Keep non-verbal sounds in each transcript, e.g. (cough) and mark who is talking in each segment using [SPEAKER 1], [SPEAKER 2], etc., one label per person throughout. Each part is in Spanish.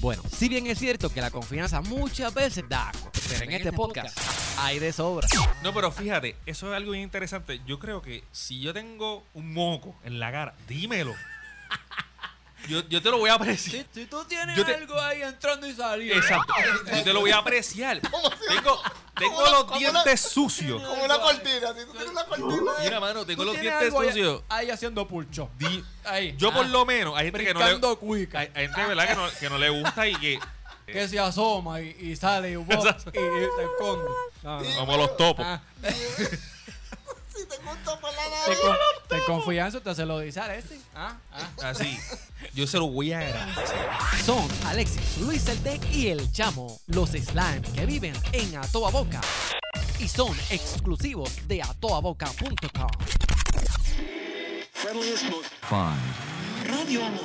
[SPEAKER 1] Bueno, si bien es cierto que la confianza muchas veces da asco, pero en este podcast hay de sobra.
[SPEAKER 2] No, pero fíjate, eso es algo bien interesante. Yo creo que si yo tengo un moco en la cara, dímelo. Yo, yo te lo voy a apreciar.
[SPEAKER 1] Si tú tienes
[SPEAKER 2] Yo te-
[SPEAKER 1] algo ahí entrando y saliendo.
[SPEAKER 2] Exacto. Yo te lo voy a apreciar.
[SPEAKER 3] ¿Cómo se
[SPEAKER 2] Tengo, tengo
[SPEAKER 3] ¿Cómo lo-
[SPEAKER 2] los
[SPEAKER 3] cómo
[SPEAKER 2] dientes sucios.
[SPEAKER 3] Como una cortina, si tú tienes una cortina.
[SPEAKER 2] Mira, mano, tengo
[SPEAKER 1] Tú
[SPEAKER 2] los
[SPEAKER 1] tienes
[SPEAKER 2] dientes
[SPEAKER 1] algo ahí-
[SPEAKER 2] sucios.
[SPEAKER 1] Ahí haciendo pulcho.
[SPEAKER 2] Di-
[SPEAKER 1] Ahí.
[SPEAKER 2] Yo por
[SPEAKER 1] Ah,
[SPEAKER 2] lo menos, hay gente que no le,
[SPEAKER 1] brincando cuica.
[SPEAKER 2] hay, hay gente ¿verdad? Que, no, que no le gusta y
[SPEAKER 1] (laughs)
[SPEAKER 2] que... eh,
[SPEAKER 1] que se asoma y, y sale y, y,
[SPEAKER 2] Exacto.
[SPEAKER 1] y te esconde. No, no, no.
[SPEAKER 2] Como los topos.
[SPEAKER 1] Ah,
[SPEAKER 3] Si te gusta para la
[SPEAKER 1] te,
[SPEAKER 3] nariz.
[SPEAKER 1] con- te confías, te se lo dice a este. Ah, ah.
[SPEAKER 2] Así. Yo se lo voy a agradecer.
[SPEAKER 1] Son Alexis, Luis el Tech y el Chamo, los slime que viven en A Toda Boca y son exclusivos de atoaboca.com.
[SPEAKER 4] Radio Amor.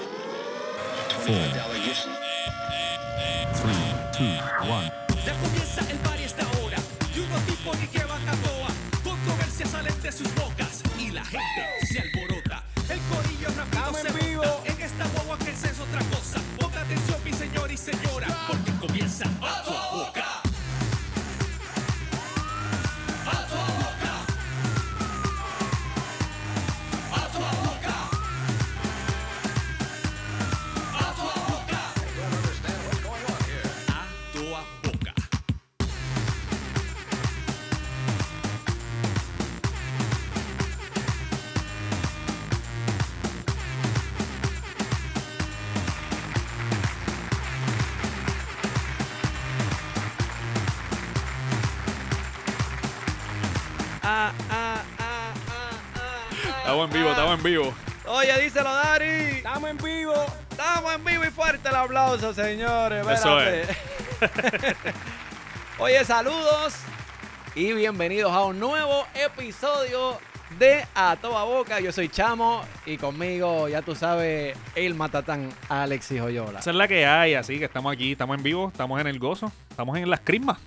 [SPEAKER 5] Ya comienza el party a esta hora Y unos tipos ni que baja boa Controversia salen de sus bocas Y la gente se alborota El corillo rápido se vivo. En esta guagua que esa es otra cosa Ponga atención mi señor y señora Porque comienza a tu boca A tu boca A tu boca A tu boca A tu boca
[SPEAKER 6] Ah, ah, ah, ah, ah, ah,
[SPEAKER 7] Estamos en vivo,
[SPEAKER 6] ah.
[SPEAKER 7] estamos en vivo.
[SPEAKER 6] Oye, díselo, Dari. Estamos en vivo. Estamos en vivo y fuerte el aplauso, señores.
[SPEAKER 7] Eso
[SPEAKER 6] Espérate. (laughs) Oye, saludos y bienvenidos a un nuevo episodio de A Toda Boca. Yo soy Chamo y conmigo, ya tú sabes, el matatán Alexis Joyola.
[SPEAKER 7] Esa es la que hay, así que estamos aquí, estamos en vivo, estamos en el gozo, estamos en las crismas.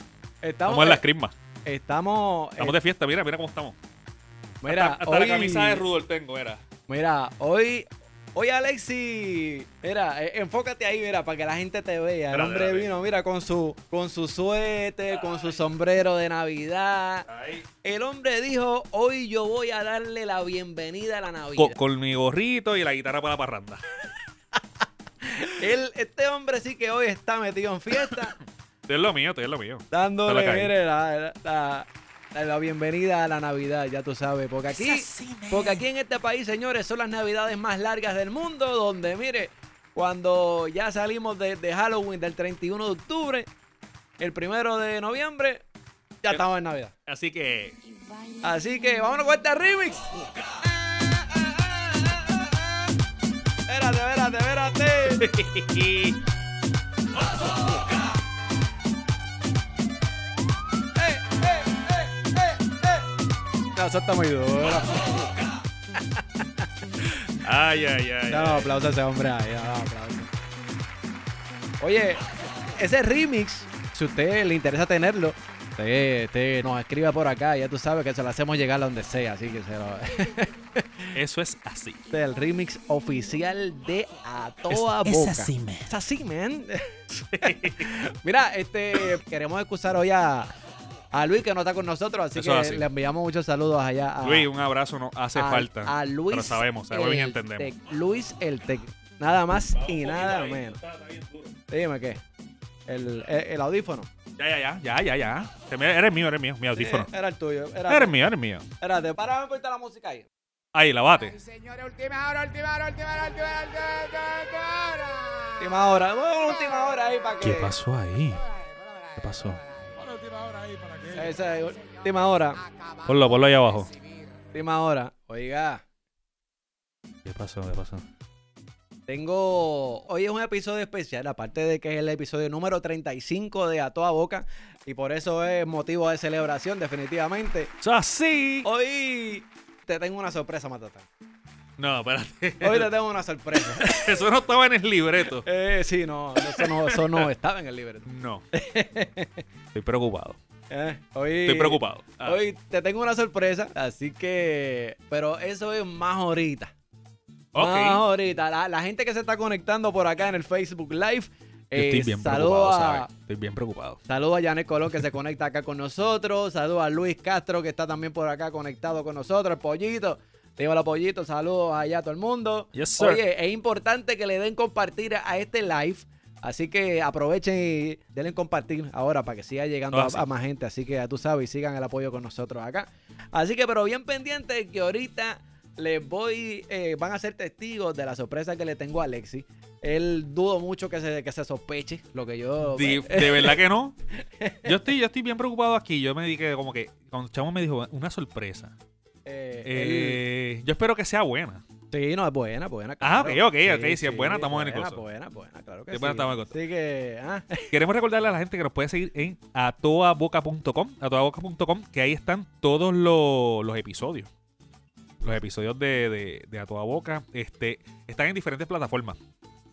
[SPEAKER 7] Estamos, en las crismas.
[SPEAKER 6] Estamos. eh,
[SPEAKER 7] Estamos de fiesta, mira, mira cómo estamos.
[SPEAKER 6] mira,
[SPEAKER 7] hasta hasta la
[SPEAKER 6] hoy-
[SPEAKER 7] camisa de Rudolf tengo, era.
[SPEAKER 6] Mira, hoy, hoy Alexi, mira, eh, enfócate ahí, mira, para que la gente te vea. El
[SPEAKER 7] Espérate,
[SPEAKER 6] hombre
[SPEAKER 7] espérate.
[SPEAKER 6] vino, mira, con su, con su suéter, con su sombrero de Navidad. El hombre dijo, hoy yo voy a darle la bienvenida a la Navidad.
[SPEAKER 7] Con, con mi gorrito y la guitarra para la parranda.
[SPEAKER 6] Él, este hombre sí que hoy está metido en fiesta,
[SPEAKER 7] Esto es lo mío, esto es lo mío.
[SPEAKER 6] dándole,
[SPEAKER 7] Está la calle.
[SPEAKER 6] mire, la, la- la- la bienvenida a la Navidad, ya tú sabes, porque aquí... Porque aquí en este país, señores, son las navidades más largas del mundo, donde, mire, cuando ya salimos de, de Halloween del 31 de octubre, el primero de noviembre, ya estamos en Navidad.
[SPEAKER 7] Así que,
[SPEAKER 6] Así que vámonos con este remix. Espérate, espérate, espérate. Eh, eh, eh, eh, eh. No, eso está muy duro.
[SPEAKER 7] ay, ay, ay.
[SPEAKER 6] No, aplauso a ese hombre ahí, no, aplauso. Oye, ese remix, si a usted le interesa tenerlo, usted, usted nos escriba por acá, ya tú sabes que se lo hacemos llegar a donde sea, así que se lo... (laughs) Este
[SPEAKER 7] Eso es así.
[SPEAKER 6] es el remix oficial de A Toda Boca. Es así, man. Es así, (laughs) man. Mira, este, queremos excusar hoy a, a Luis que no está con nosotros, así
[SPEAKER 7] Eso
[SPEAKER 6] que
[SPEAKER 7] es así.
[SPEAKER 6] le enviamos muchos saludos allá a...
[SPEAKER 7] Luis, un abrazo no hace
[SPEAKER 6] a-
[SPEAKER 7] falta.
[SPEAKER 6] Ah. A Luis.
[SPEAKER 7] pero sabemos, sabemos bien
[SPEAKER 6] el
[SPEAKER 7] entendemos.
[SPEAKER 6] Tec, Luis el Tec. Nada más y nada menos. Dime qué. El, el, el audífono.
[SPEAKER 7] Ya, ya, ya, ya, ya, ya. Te- Eres mío, eres mío, mi audífono.
[SPEAKER 6] Eh, Era el tuyo. Era,
[SPEAKER 7] Eres mío, eres mío.
[SPEAKER 6] Espérate, para de cortar la música ahí.
[SPEAKER 7] Ahí, la bate.
[SPEAKER 6] Última hora. Bueno, última hora ahí para que.
[SPEAKER 7] ahí? ¿Qué pasó?
[SPEAKER 6] Esa es- última hora.
[SPEAKER 7] Ponlo, ponlo ahí abajo.
[SPEAKER 6] Última hora. Oiga,
[SPEAKER 7] ¿Qué pasó? ¿Qué pasó?
[SPEAKER 6] tengo. Hoy es un episodio especial, aparte de que es el episodio número 35 de A Toda Boca. Y por eso es motivo de celebración, definitivamente.
[SPEAKER 7] ¡Así!
[SPEAKER 6] Hoy te tengo una sorpresa, Matatán.
[SPEAKER 7] No, espérate. (laughs)
[SPEAKER 6] Hoy te tengo una sorpresa.
[SPEAKER 7] Eso no estaba en el libreto.
[SPEAKER 6] (laughs) Eh, sí, no, eso no, eso no estaba en el libreto. (laughs)
[SPEAKER 7] No. Estoy preocupado.
[SPEAKER 6] Eh, hoy,
[SPEAKER 7] Estoy preocupado. Ah,
[SPEAKER 6] Hoy te tengo una sorpresa, así que... Pero eso es más ahorita. Más
[SPEAKER 7] ok.
[SPEAKER 6] ahorita. La, la gente que se está conectando por acá en el Facebook Live,
[SPEAKER 7] Yo estoy
[SPEAKER 6] Eh,
[SPEAKER 7] bien
[SPEAKER 6] saludo
[SPEAKER 7] preocupado,
[SPEAKER 6] a,
[SPEAKER 7] ¿sabes? Estoy bien preocupado.
[SPEAKER 6] Saludos a Janet Colón que se conecta acá con nosotros. Saludos a Luis Castro que está también por acá conectado con nosotros. El pollito. Dímelo, pollito. Saludos allá a todo el mundo.
[SPEAKER 7] Yes, sir.
[SPEAKER 6] Oye, es importante que le den compartir a este live. Así que aprovechen y denle compartir ahora para que siga llegando
[SPEAKER 7] Ah,
[SPEAKER 6] a,
[SPEAKER 7] sí.
[SPEAKER 6] a más gente. Así que ya tú sabes, y sigan el apoyo con nosotros acá. Así que, pero bien pendiente que ahorita les voy, eh, van a ser testigos de la sorpresa que le tengo a Alexi. Él dudo mucho que se, que se sospeche lo que yo...
[SPEAKER 7] De, de verdad que no. (laughs) Yo estoy, yo estoy bien preocupado aquí. Yo me dediqué como que, cuando Chamo me dijo, una sorpresa.
[SPEAKER 6] eh, él-
[SPEAKER 7] Eh, yo espero que sea buena.
[SPEAKER 6] Sí, no, es buena, buena.
[SPEAKER 7] Ah,
[SPEAKER 6] claro.
[SPEAKER 7] ok, ok, ok, si es buena, estamos en el
[SPEAKER 6] buena,
[SPEAKER 7] coso.
[SPEAKER 6] Buena, buena, claro que
[SPEAKER 7] Si
[SPEAKER 6] sí.
[SPEAKER 7] es buena, estamos en el coso.
[SPEAKER 6] Así que, ah,
[SPEAKER 7] Queremos recordarle a la gente que nos puede seguir en atoaboca.com, atoaboca.com, que ahí están todos los, los episodios. Los episodios de, de, de A Toda Boca este, están en diferentes plataformas.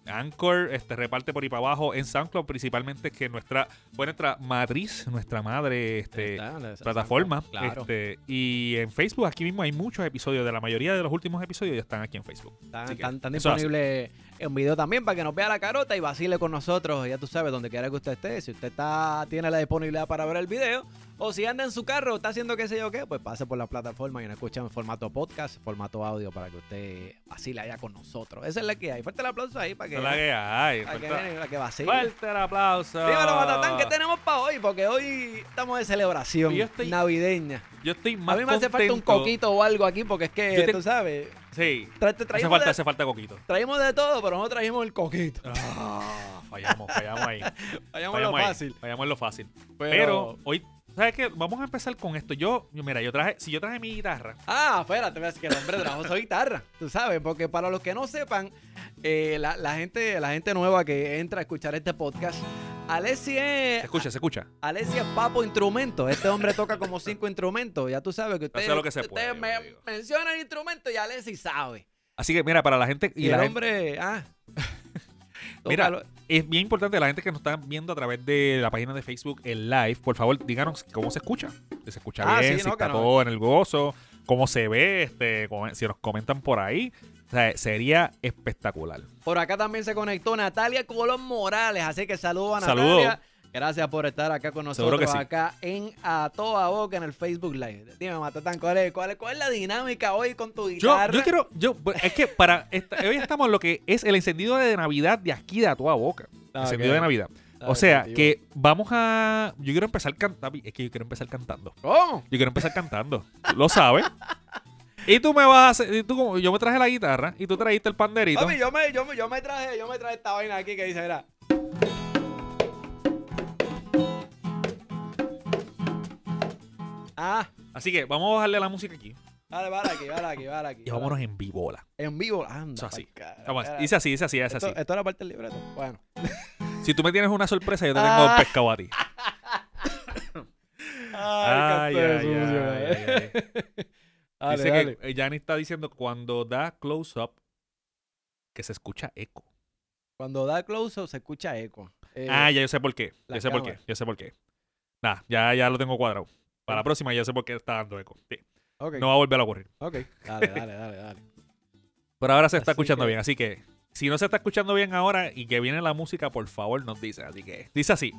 [SPEAKER 7] Anchor este, reparte por ahí para abajo. En SoundCloud principalmente que nuestra, fue nuestra matriz, nuestra madre
[SPEAKER 6] (laughs)
[SPEAKER 7] este,
[SPEAKER 6] está, la- esa-
[SPEAKER 7] plataforma.
[SPEAKER 6] Claro,
[SPEAKER 7] este, y en Facebook aquí mismo hay muchos episodios. De la mayoría de los últimos episodios ya están aquí en Facebook.
[SPEAKER 6] están,
[SPEAKER 7] así que
[SPEAKER 6] están- están
[SPEAKER 7] eso hace.
[SPEAKER 6] disponibles en video también para que nos vea la carota y vacile con nosotros. Ya tú sabes, donde quiera que usted esté. Si usted está, tiene la disponibilidad para ver el video o si anda en su carro, está haciendo qué sé yo qué, pues pase por la plataforma y nos escucha en formato podcast, formato audio para que usted vacile allá con nosotros. Esa es la que hay. Fuerte el aplauso ahí para que,
[SPEAKER 7] Esa es la que hay.
[SPEAKER 6] para que,
[SPEAKER 7] Falta-
[SPEAKER 6] para que vacile.
[SPEAKER 7] Fuerte el aplauso.
[SPEAKER 6] Dímelo, Matatán, ¿qué tenemos para hoy? Porque hoy estamos de celebración
[SPEAKER 7] Ah. Y yo estoy
[SPEAKER 6] navideña.
[SPEAKER 7] Yo estoy
[SPEAKER 6] A
[SPEAKER 7] más
[SPEAKER 6] mí me hace falta un
[SPEAKER 7] contento.
[SPEAKER 6] coquito o algo aquí, porque es que,
[SPEAKER 7] Yo te-
[SPEAKER 6] tú sabes,
[SPEAKER 7] Sí.
[SPEAKER 6] tra- te
[SPEAKER 7] Hace
[SPEAKER 6] traímos,
[SPEAKER 7] falta,
[SPEAKER 6] de,
[SPEAKER 7] hace falta coquito.
[SPEAKER 6] traímos de todo, pero no trajimos el coquito.
[SPEAKER 7] Ah, fallamos, fallamos
[SPEAKER 6] (laughs)
[SPEAKER 7] ahí.
[SPEAKER 6] Vayamos a lo
[SPEAKER 7] Fallamos ahí,
[SPEAKER 6] fácil.
[SPEAKER 7] Fallamos en lo fácil.
[SPEAKER 6] Pero...
[SPEAKER 7] Pero, hoy, ¿sabes qué? Vamos a empezar con esto. Yo, mira, yo traje, si yo traje mi guitarra,
[SPEAKER 6] Ah, espérate, es que el hombre trajo su guitarra, tú sabes, porque para los que no sepan, eh, la, la gente, la gente nueva que entra a escuchar este podcast, Alessi
[SPEAKER 7] se
[SPEAKER 6] es,
[SPEAKER 7] escucha, se escucha.
[SPEAKER 6] Alessi es papo instrumento. Este hombre toca como cinco instrumentos, ya tú sabes que ustedes,
[SPEAKER 7] Hace lo que se puede,
[SPEAKER 6] ustedes me
[SPEAKER 7] yo digo.
[SPEAKER 6] mencionan instrumento y Alessi sabe.
[SPEAKER 7] Así que, mira, para la gente
[SPEAKER 6] Y,
[SPEAKER 7] y
[SPEAKER 6] el
[SPEAKER 7] la gente-
[SPEAKER 6] hombre, ah.
[SPEAKER 7] (laughs) Mira,
[SPEAKER 6] Tócalo.
[SPEAKER 7] es bien importante la gente que nos está viendo a través de la página de Facebook el live, por favor, díganos cómo se escucha. Si se escucha
[SPEAKER 6] Ah,
[SPEAKER 7] bien,
[SPEAKER 6] sí,
[SPEAKER 7] si
[SPEAKER 6] no,
[SPEAKER 7] está
[SPEAKER 6] que no.
[SPEAKER 7] todo en el gozo, cómo se ve, este, com- si nos comentan por ahí. O sea, sería espectacular.
[SPEAKER 6] Por acá también se conectó Natalia Colón Morales, así que saludo a Natalia.
[SPEAKER 7] Saludo.
[SPEAKER 6] Gracias por estar acá con
[SPEAKER 7] Seguro que
[SPEAKER 6] nosotros
[SPEAKER 7] sí.
[SPEAKER 6] acá en A Toda Boca en el Facebook Live. Dime, Matatán, ¿cuál es, cuál, es- cuál es la dinámica hoy con tu
[SPEAKER 7] Yo,
[SPEAKER 6] guitarra?
[SPEAKER 7] yo quiero, yo, pues, es que para, esta- hoy estamos en lo que es el encendido de Navidad de aquí de a toda boca.
[SPEAKER 6] Ah,
[SPEAKER 7] encendido
[SPEAKER 6] ok.
[SPEAKER 7] de Navidad.
[SPEAKER 6] Ah,
[SPEAKER 7] o sea,
[SPEAKER 6] definitivo.
[SPEAKER 7] que vamos a, yo quiero empezar cantando, es que yo quiero empezar cantando.
[SPEAKER 6] ¿Cómo?
[SPEAKER 7] Yo quiero empezar cantando, Tú lo sabes. Y tú me vas a hacer, y tú como- yo me traje la guitarra y tú trajiste el panderito.
[SPEAKER 6] Papi, yo me, yo, me, yo me traje, yo me traje esta vaina aquí que dice, mira. Ah,
[SPEAKER 7] Así que vamos a bajarle la música aquí
[SPEAKER 6] dale, vale aquí, vale aquí, vale aquí.
[SPEAKER 7] y vámonos en vivola.
[SPEAKER 6] En vivo, anda.
[SPEAKER 7] Eso así.
[SPEAKER 6] pa'l cara.
[SPEAKER 7] Vamos, dice así, dice así, dice así.
[SPEAKER 6] Esto, esto era parte del libreto. Bueno.
[SPEAKER 7] Si tú me tienes una sorpresa, yo te tengo
[SPEAKER 6] Ah.
[SPEAKER 7] pescado a ti. Ay, ay, ay, ay, ay.
[SPEAKER 6] (laughs) Dale,
[SPEAKER 7] Dice
[SPEAKER 6] dale.
[SPEAKER 7] que Yanni está diciendo cuando da close up que se escucha eco.
[SPEAKER 6] Cuando da close up se escucha eco. Eh,
[SPEAKER 7] ah, ya yo sé por qué.
[SPEAKER 6] la
[SPEAKER 7] Yo sé por qué.
[SPEAKER 6] cámara.
[SPEAKER 7] Yo sé por qué. Nah, ya, ya lo tengo cuadrado. Para la próxima ya sé por qué está dando eco. Sí,
[SPEAKER 6] ok,
[SPEAKER 7] No va a volver a ocurrir.
[SPEAKER 6] ok. Dale, dale, dale, dale.
[SPEAKER 7] Pero ahora se está
[SPEAKER 6] Así
[SPEAKER 7] escuchando
[SPEAKER 6] que-
[SPEAKER 7] bien, así que si no se está escuchando bien ahora y que viene la música, por favor nos dice. Así que dice así.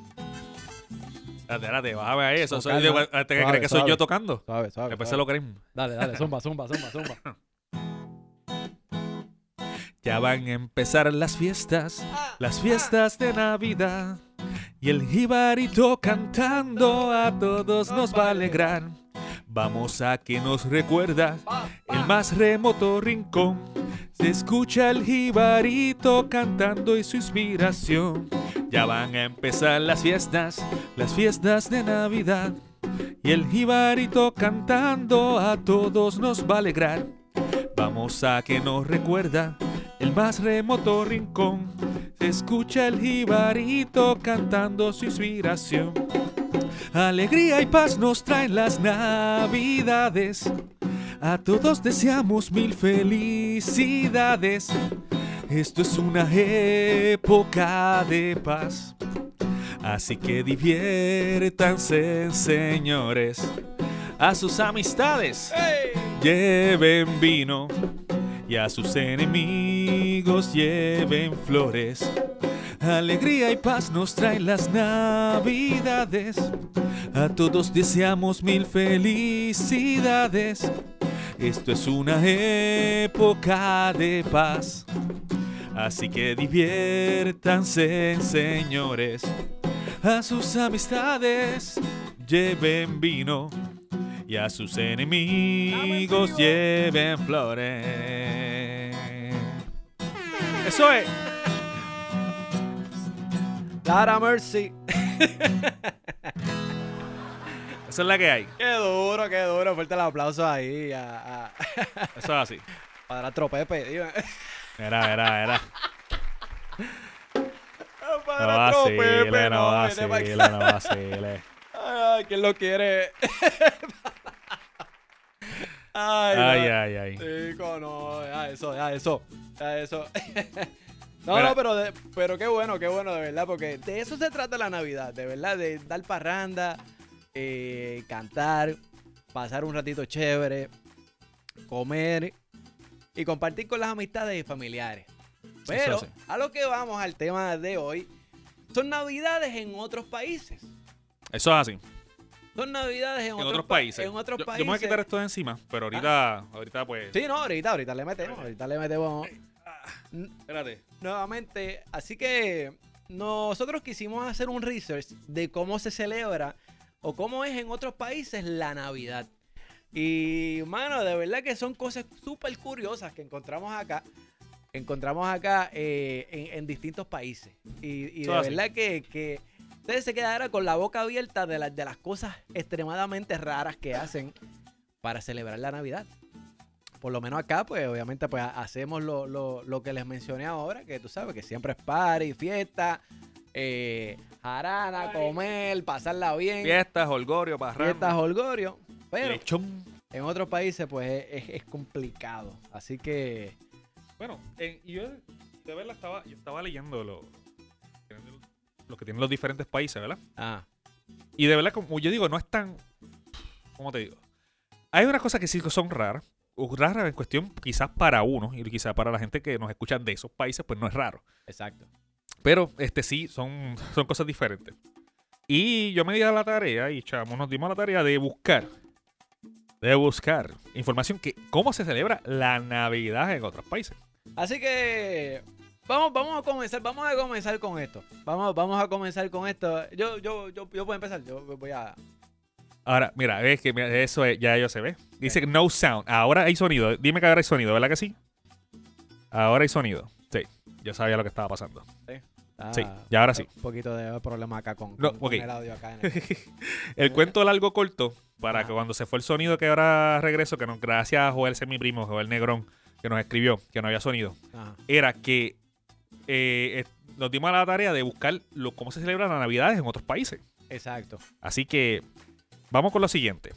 [SPEAKER 7] Espérate, espérate, bájame ahí. Eso,
[SPEAKER 6] Con
[SPEAKER 7] soy-
[SPEAKER 6] calma.
[SPEAKER 7] ¿te crees
[SPEAKER 6] Suave,
[SPEAKER 7] que soy
[SPEAKER 6] suave.
[SPEAKER 7] yo tocando?
[SPEAKER 6] Suave, suave.
[SPEAKER 7] Empecé
[SPEAKER 6] suave.
[SPEAKER 7] lo creen.
[SPEAKER 6] Dale, dale, zumba, zumba, zumba, zumba.
[SPEAKER 7] (laughs) Ya van a empezar las fiestas, las fiestas de Navidad. Y el jibarito cantando a todos nos va a alegrar. Vamos a que nos recuerda el más remoto rincón. Se escucha el jibarito cantando y su inspiración. Ya van a empezar las fiestas, las fiestas de Navidad. Y el jibarito cantando a todos nos va a alegrar. Vamos a que nos recuerda el más remoto rincón. Se escucha el jibarito cantando su inspiración. Alegría y paz nos traen las navidades. A todos deseamos mil felicidades. Esto es una época de paz. Así que diviértanse, señores, a sus amistades. Lleven vino y a sus enemigos lleven flores. Alegría y paz nos traen las navidades. A todos deseamos mil felicidades. Esto es una época de paz. Así que diviértanse, señores. A sus amistades lleven vino. Y a sus enemigos lleven flores. Eso es.
[SPEAKER 6] Lara Mercy.
[SPEAKER 7] Esa es la que hay.
[SPEAKER 6] Qué duro, qué duro. Fuerte el aplauso ahí a, a
[SPEAKER 7] Eso es así.
[SPEAKER 6] Padrastro Pepe.
[SPEAKER 7] (laughs)
[SPEAKER 6] dime.
[SPEAKER 7] Era, era, (laughs) era.
[SPEAKER 6] A
[SPEAKER 7] No
[SPEAKER 6] Padrastro
[SPEAKER 7] vacile, no
[SPEAKER 6] no, vete pa'
[SPEAKER 7] vacile,
[SPEAKER 6] acá.
[SPEAKER 7] no (laughs) vacile.
[SPEAKER 6] Ay, ¿quién lo quiere? (laughs) Ay,
[SPEAKER 7] Ay,
[SPEAKER 6] no.
[SPEAKER 7] ay, ay.
[SPEAKER 6] Chico, no, ya eso, ya eso, ya eso. (laughs) no,
[SPEAKER 7] Mira.
[SPEAKER 6] no, pero, de- pero qué bueno, qué bueno, de verdad, porque de eso se trata la Navidad, de verdad, de dar parranda, eh, cantar, pasar un ratito chévere, comer y compartir con las amistades y familiares. Pero
[SPEAKER 7] sí.
[SPEAKER 6] a lo que vamos al tema de hoy, son Navidades en otros países.
[SPEAKER 7] Eso es así.
[SPEAKER 6] Son Navidades en,
[SPEAKER 7] En otros
[SPEAKER 6] pa-
[SPEAKER 7] países.
[SPEAKER 6] En otros
[SPEAKER 7] Yo-
[SPEAKER 6] países.
[SPEAKER 7] Yo me voy a quitar esto de encima, pero ahorita, ahorita pues.
[SPEAKER 6] Sí, no, ahorita, ahorita le metemos, ahorita le metemos.
[SPEAKER 7] Espérate.
[SPEAKER 6] Nuevamente, así que nosotros quisimos hacer un research de cómo se celebra o cómo es en otros países la Navidad. Y, mano, de verdad que son cosas súper curiosas que encontramos acá. Encontramos acá eh, en, en distintos países. Y, y de
[SPEAKER 7] Eso es así.
[SPEAKER 6] verdad que, que ustedes se quedarán con la boca abierta de, las de las cosas extremadamente raras que hacen para celebrar la Navidad. Por lo menos acá, pues obviamente pues ha- hacemos lo, lo- lo que les mencioné ahora, que tú sabes que siempre es party, fiesta, eh, jarana, comer, pasarla bien,
[SPEAKER 7] Fiestas, holgorio, parranda.
[SPEAKER 6] fiestas, holgorio. Pero
[SPEAKER 7] lechón.
[SPEAKER 6] en otros países pues es, es complicado. Así que
[SPEAKER 7] Bueno, en- y yo de verdad estaba, yo estaba leyendo lo, lo que tienen los diferentes países, ¿verdad?
[SPEAKER 6] ah,
[SPEAKER 7] Y de verdad, como yo digo, no es tan. ¿Cómo te digo? Hay unas cosas que sí que son raras. o Raras en cuestión, quizás para uno, y quizás para la gente que nos escucha de esos países, pues no es raro.
[SPEAKER 6] exacto.
[SPEAKER 7] Pero este sí, son, son cosas diferentes. Y yo me di a la tarea, y chamo, nos dimos a la tarea de buscar. De buscar información que cómo se celebra la Navidad en otros países.
[SPEAKER 6] Así que vamos, vamos a comenzar, vamos a comenzar con esto. Vamos, vamos a comenzar con esto. Yo, yo, yo, yo puedo empezar, yo voy a.
[SPEAKER 7] Ahora, mira, ves que mira, eso es- ya yo se ve. Dice que no sound. Ahora hay sonido. Dime que ahora hay sonido, ¿verdad que sí? Ahora hay sonido. Sí, yo sabía lo que estaba pasando. Sí,
[SPEAKER 6] Ah,
[SPEAKER 7] ya ahora sí.
[SPEAKER 6] Un poquito de problema acá con,
[SPEAKER 7] No,
[SPEAKER 6] con- con
[SPEAKER 7] ok.
[SPEAKER 6] el audio
[SPEAKER 7] (laughs)
[SPEAKER 6] acá. en el-
[SPEAKER 7] El cuento largo corto, para
[SPEAKER 6] Ajá.
[SPEAKER 7] que cuando se fue el sonido que ahora regreso, que nos, gracias a Joel, ese es mi primo, Joel Negrón, que nos escribió, que no había sonido,
[SPEAKER 6] Ajá.
[SPEAKER 7] era que eh, eh, nos dimos a la tarea de buscar lo, cómo se celebran las Navidades en otros países.
[SPEAKER 6] Exacto.
[SPEAKER 7] Así que vamos con lo siguiente.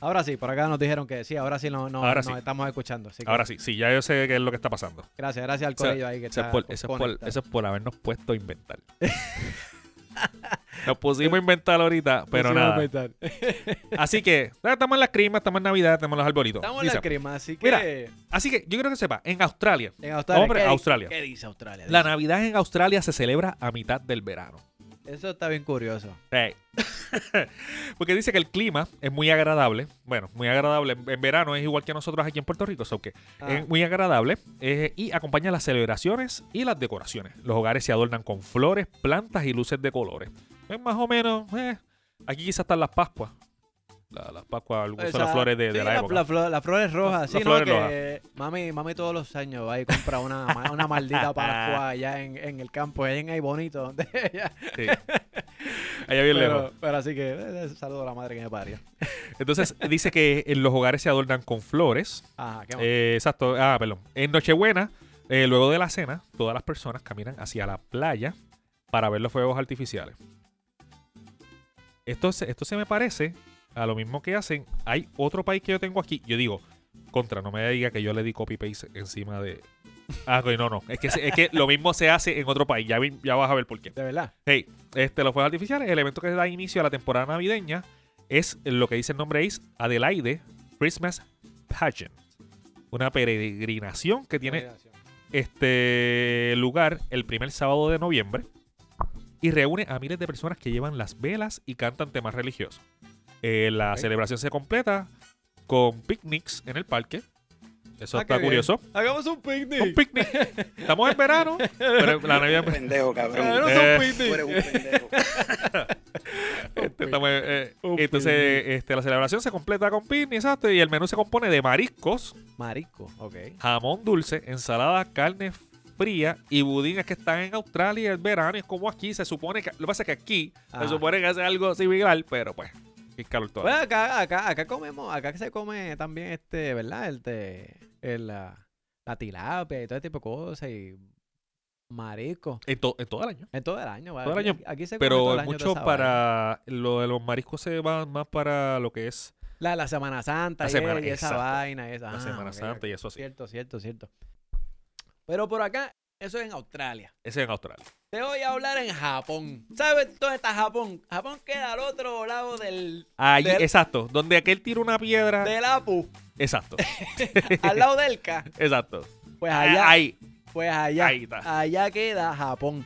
[SPEAKER 6] Ahora sí, por acá nos dijeron que sí, ahora sí no, no-
[SPEAKER 7] Ahora
[SPEAKER 6] nos
[SPEAKER 7] sí.
[SPEAKER 6] estamos escuchando. así que
[SPEAKER 7] Ahora sí, sí, ya yo sé qué es lo que está pasando.
[SPEAKER 6] Gracias, gracias al
[SPEAKER 7] O sea,
[SPEAKER 6] colegio ahí que
[SPEAKER 7] Eso es,
[SPEAKER 6] está
[SPEAKER 7] por, eso es por-
[SPEAKER 6] conectado.
[SPEAKER 7] eso es por habernos puesto
[SPEAKER 6] (laughs)
[SPEAKER 7] a inventar. Nos pusimos a inventar ahorita, pero
[SPEAKER 6] Sí,
[SPEAKER 7] nada.
[SPEAKER 6] vamos a pensar.
[SPEAKER 7] Así que, ah, estamos en las crimas, estamos en Navidad, estamos en los arbolitos.
[SPEAKER 6] Estamos en
[SPEAKER 7] Dice,
[SPEAKER 6] la crema, así que...
[SPEAKER 7] Mira, Así que yo quiero que sepa, en Australia,
[SPEAKER 6] en Australia,
[SPEAKER 7] hombre,
[SPEAKER 6] ¿qué di-
[SPEAKER 7] Australia.
[SPEAKER 6] ¿Qué dice Australia?
[SPEAKER 7] la Navidad en Australia se celebra a mitad del verano.
[SPEAKER 6] Eso está bien curioso.
[SPEAKER 7] Ey. (laughs) Porque dice que el clima es muy agradable. Bueno, muy agradable. En en verano es igual que nosotros aquí en Puerto Rico, so que
[SPEAKER 6] Ah.
[SPEAKER 7] es muy agradable eh, y acompaña las celebraciones y las decoraciones. Los hogares se adornan con flores, plantas y luces de colores. Es más o menos. eh, aquí quizás están las Pascuas. La- las Pascuas algunas son las
[SPEAKER 6] Esa-
[SPEAKER 7] flores de, de
[SPEAKER 6] sí,
[SPEAKER 7] la
[SPEAKER 6] la-
[SPEAKER 7] época.
[SPEAKER 6] la flor- las flores rojas,
[SPEAKER 7] Las-
[SPEAKER 6] sí,
[SPEAKER 7] las
[SPEAKER 6] ¿no?
[SPEAKER 7] flores
[SPEAKER 6] que Mami, mami todos los años va y compra una, ma- una
[SPEAKER 7] (laughs)
[SPEAKER 6] maldita paracua allá en, en el campo, allá en ahí bonito. donde (laughs) ella-
[SPEAKER 7] Sí. (laughs) Allá bien lejos.
[SPEAKER 6] pero, pero así que, eh, saludo a la madre que me parió.
[SPEAKER 7] Entonces dice que en los hogares se adornan con flores.
[SPEAKER 6] Ajá, qué
[SPEAKER 7] Eh, exacto. Ah, perdón. En Nochebuena, eh, luego de la cena, todas las personas caminan hacia la playa para ver los fuegos artificiales. Esto, se- esto se me parece a lo mismo que hacen. Hay otro país que yo tengo aquí. Yo digo, contra, no me diga que yo le di copy-paste encima de... Ah, ok, no, no. Es que, se- es que lo mismo se hace en otro país. Ya, vi- ya vas a ver por qué.
[SPEAKER 6] De verdad.
[SPEAKER 7] Hey, este, los fuegos artificiales, el evento que da inicio a la temporada navideña es lo que dice el nombre es Adelaide Christmas Pageant. Una
[SPEAKER 6] Oh, Ah,
[SPEAKER 7] peregrinación que tiene este lugar el primer sábado de noviembre y reúne a miles de personas que llevan las velas y cantan temas religiosos. Eh, la
[SPEAKER 6] Ok.
[SPEAKER 7] celebración se completa con picnics en el parque. Eso
[SPEAKER 6] Ah,
[SPEAKER 7] está
[SPEAKER 6] qué bien.
[SPEAKER 7] curioso.
[SPEAKER 6] Hagamos un picnic. (laughs)
[SPEAKER 7] Un picnic. Estamos en verano, pero la Navidad
[SPEAKER 4] Pendejo,
[SPEAKER 6] Hagamos
[SPEAKER 4] cabrón.
[SPEAKER 7] Eh,
[SPEAKER 6] un
[SPEAKER 4] Tú eres
[SPEAKER 6] picnic.
[SPEAKER 4] un pendejo.
[SPEAKER 7] Este, estamos, eh,
[SPEAKER 6] Ok.
[SPEAKER 7] entonces, este, la celebración se completa con picnic, exacto, y el menú se compone de mariscos,
[SPEAKER 6] Marico, ok.
[SPEAKER 7] jamón dulce, ensalada, carne fría y budines que están en Australia en verano. Y es como aquí, se supone que. Lo que pasa es que aquí
[SPEAKER 6] Ah.
[SPEAKER 7] se supone que hace algo similar, pero pues, qué calor todo.
[SPEAKER 6] Bueno, acá, acá, acá comemos, acá que se come también este, ¿verdad? El, te- el, la, la tilapia y todo ese tipo de cosas y marisco.
[SPEAKER 7] Pues, En, to- en todo el año.
[SPEAKER 6] En todo el año, ¿vale?
[SPEAKER 7] Todo el año,
[SPEAKER 6] Aquí, aquí se come todo
[SPEAKER 7] Pero
[SPEAKER 6] el
[SPEAKER 7] hay
[SPEAKER 6] año
[SPEAKER 7] mucho
[SPEAKER 6] toda esa vaina.
[SPEAKER 7] para. Lo de los mariscos se van más para lo que es
[SPEAKER 6] La, la Semana Santa
[SPEAKER 7] La
[SPEAKER 6] y,
[SPEAKER 7] Semana-
[SPEAKER 6] y esa
[SPEAKER 7] exacto.
[SPEAKER 6] vaina. y esa.
[SPEAKER 7] la
[SPEAKER 6] Ah,
[SPEAKER 7] Semana
[SPEAKER 6] ok,
[SPEAKER 7] Santa
[SPEAKER 6] ok.
[SPEAKER 7] y eso así.
[SPEAKER 6] Cierto, cierto, cierto. Pero por acá, eso es en Australia.
[SPEAKER 7] Ese es en Australia.
[SPEAKER 6] Te voy a hablar en Japón. ¿Sabes dónde está Japón? Japón queda al otro lado del,
[SPEAKER 7] Allí,
[SPEAKER 6] Del-
[SPEAKER 7] exacto. Donde aquel tira una piedra.
[SPEAKER 6] del Apu,
[SPEAKER 7] Exacto.
[SPEAKER 6] al lado del Ka.
[SPEAKER 7] Exacto.
[SPEAKER 6] Pues allá.
[SPEAKER 7] Ah, Ahí.
[SPEAKER 6] Pues allá,
[SPEAKER 7] Ahí está.
[SPEAKER 6] allá queda Japón.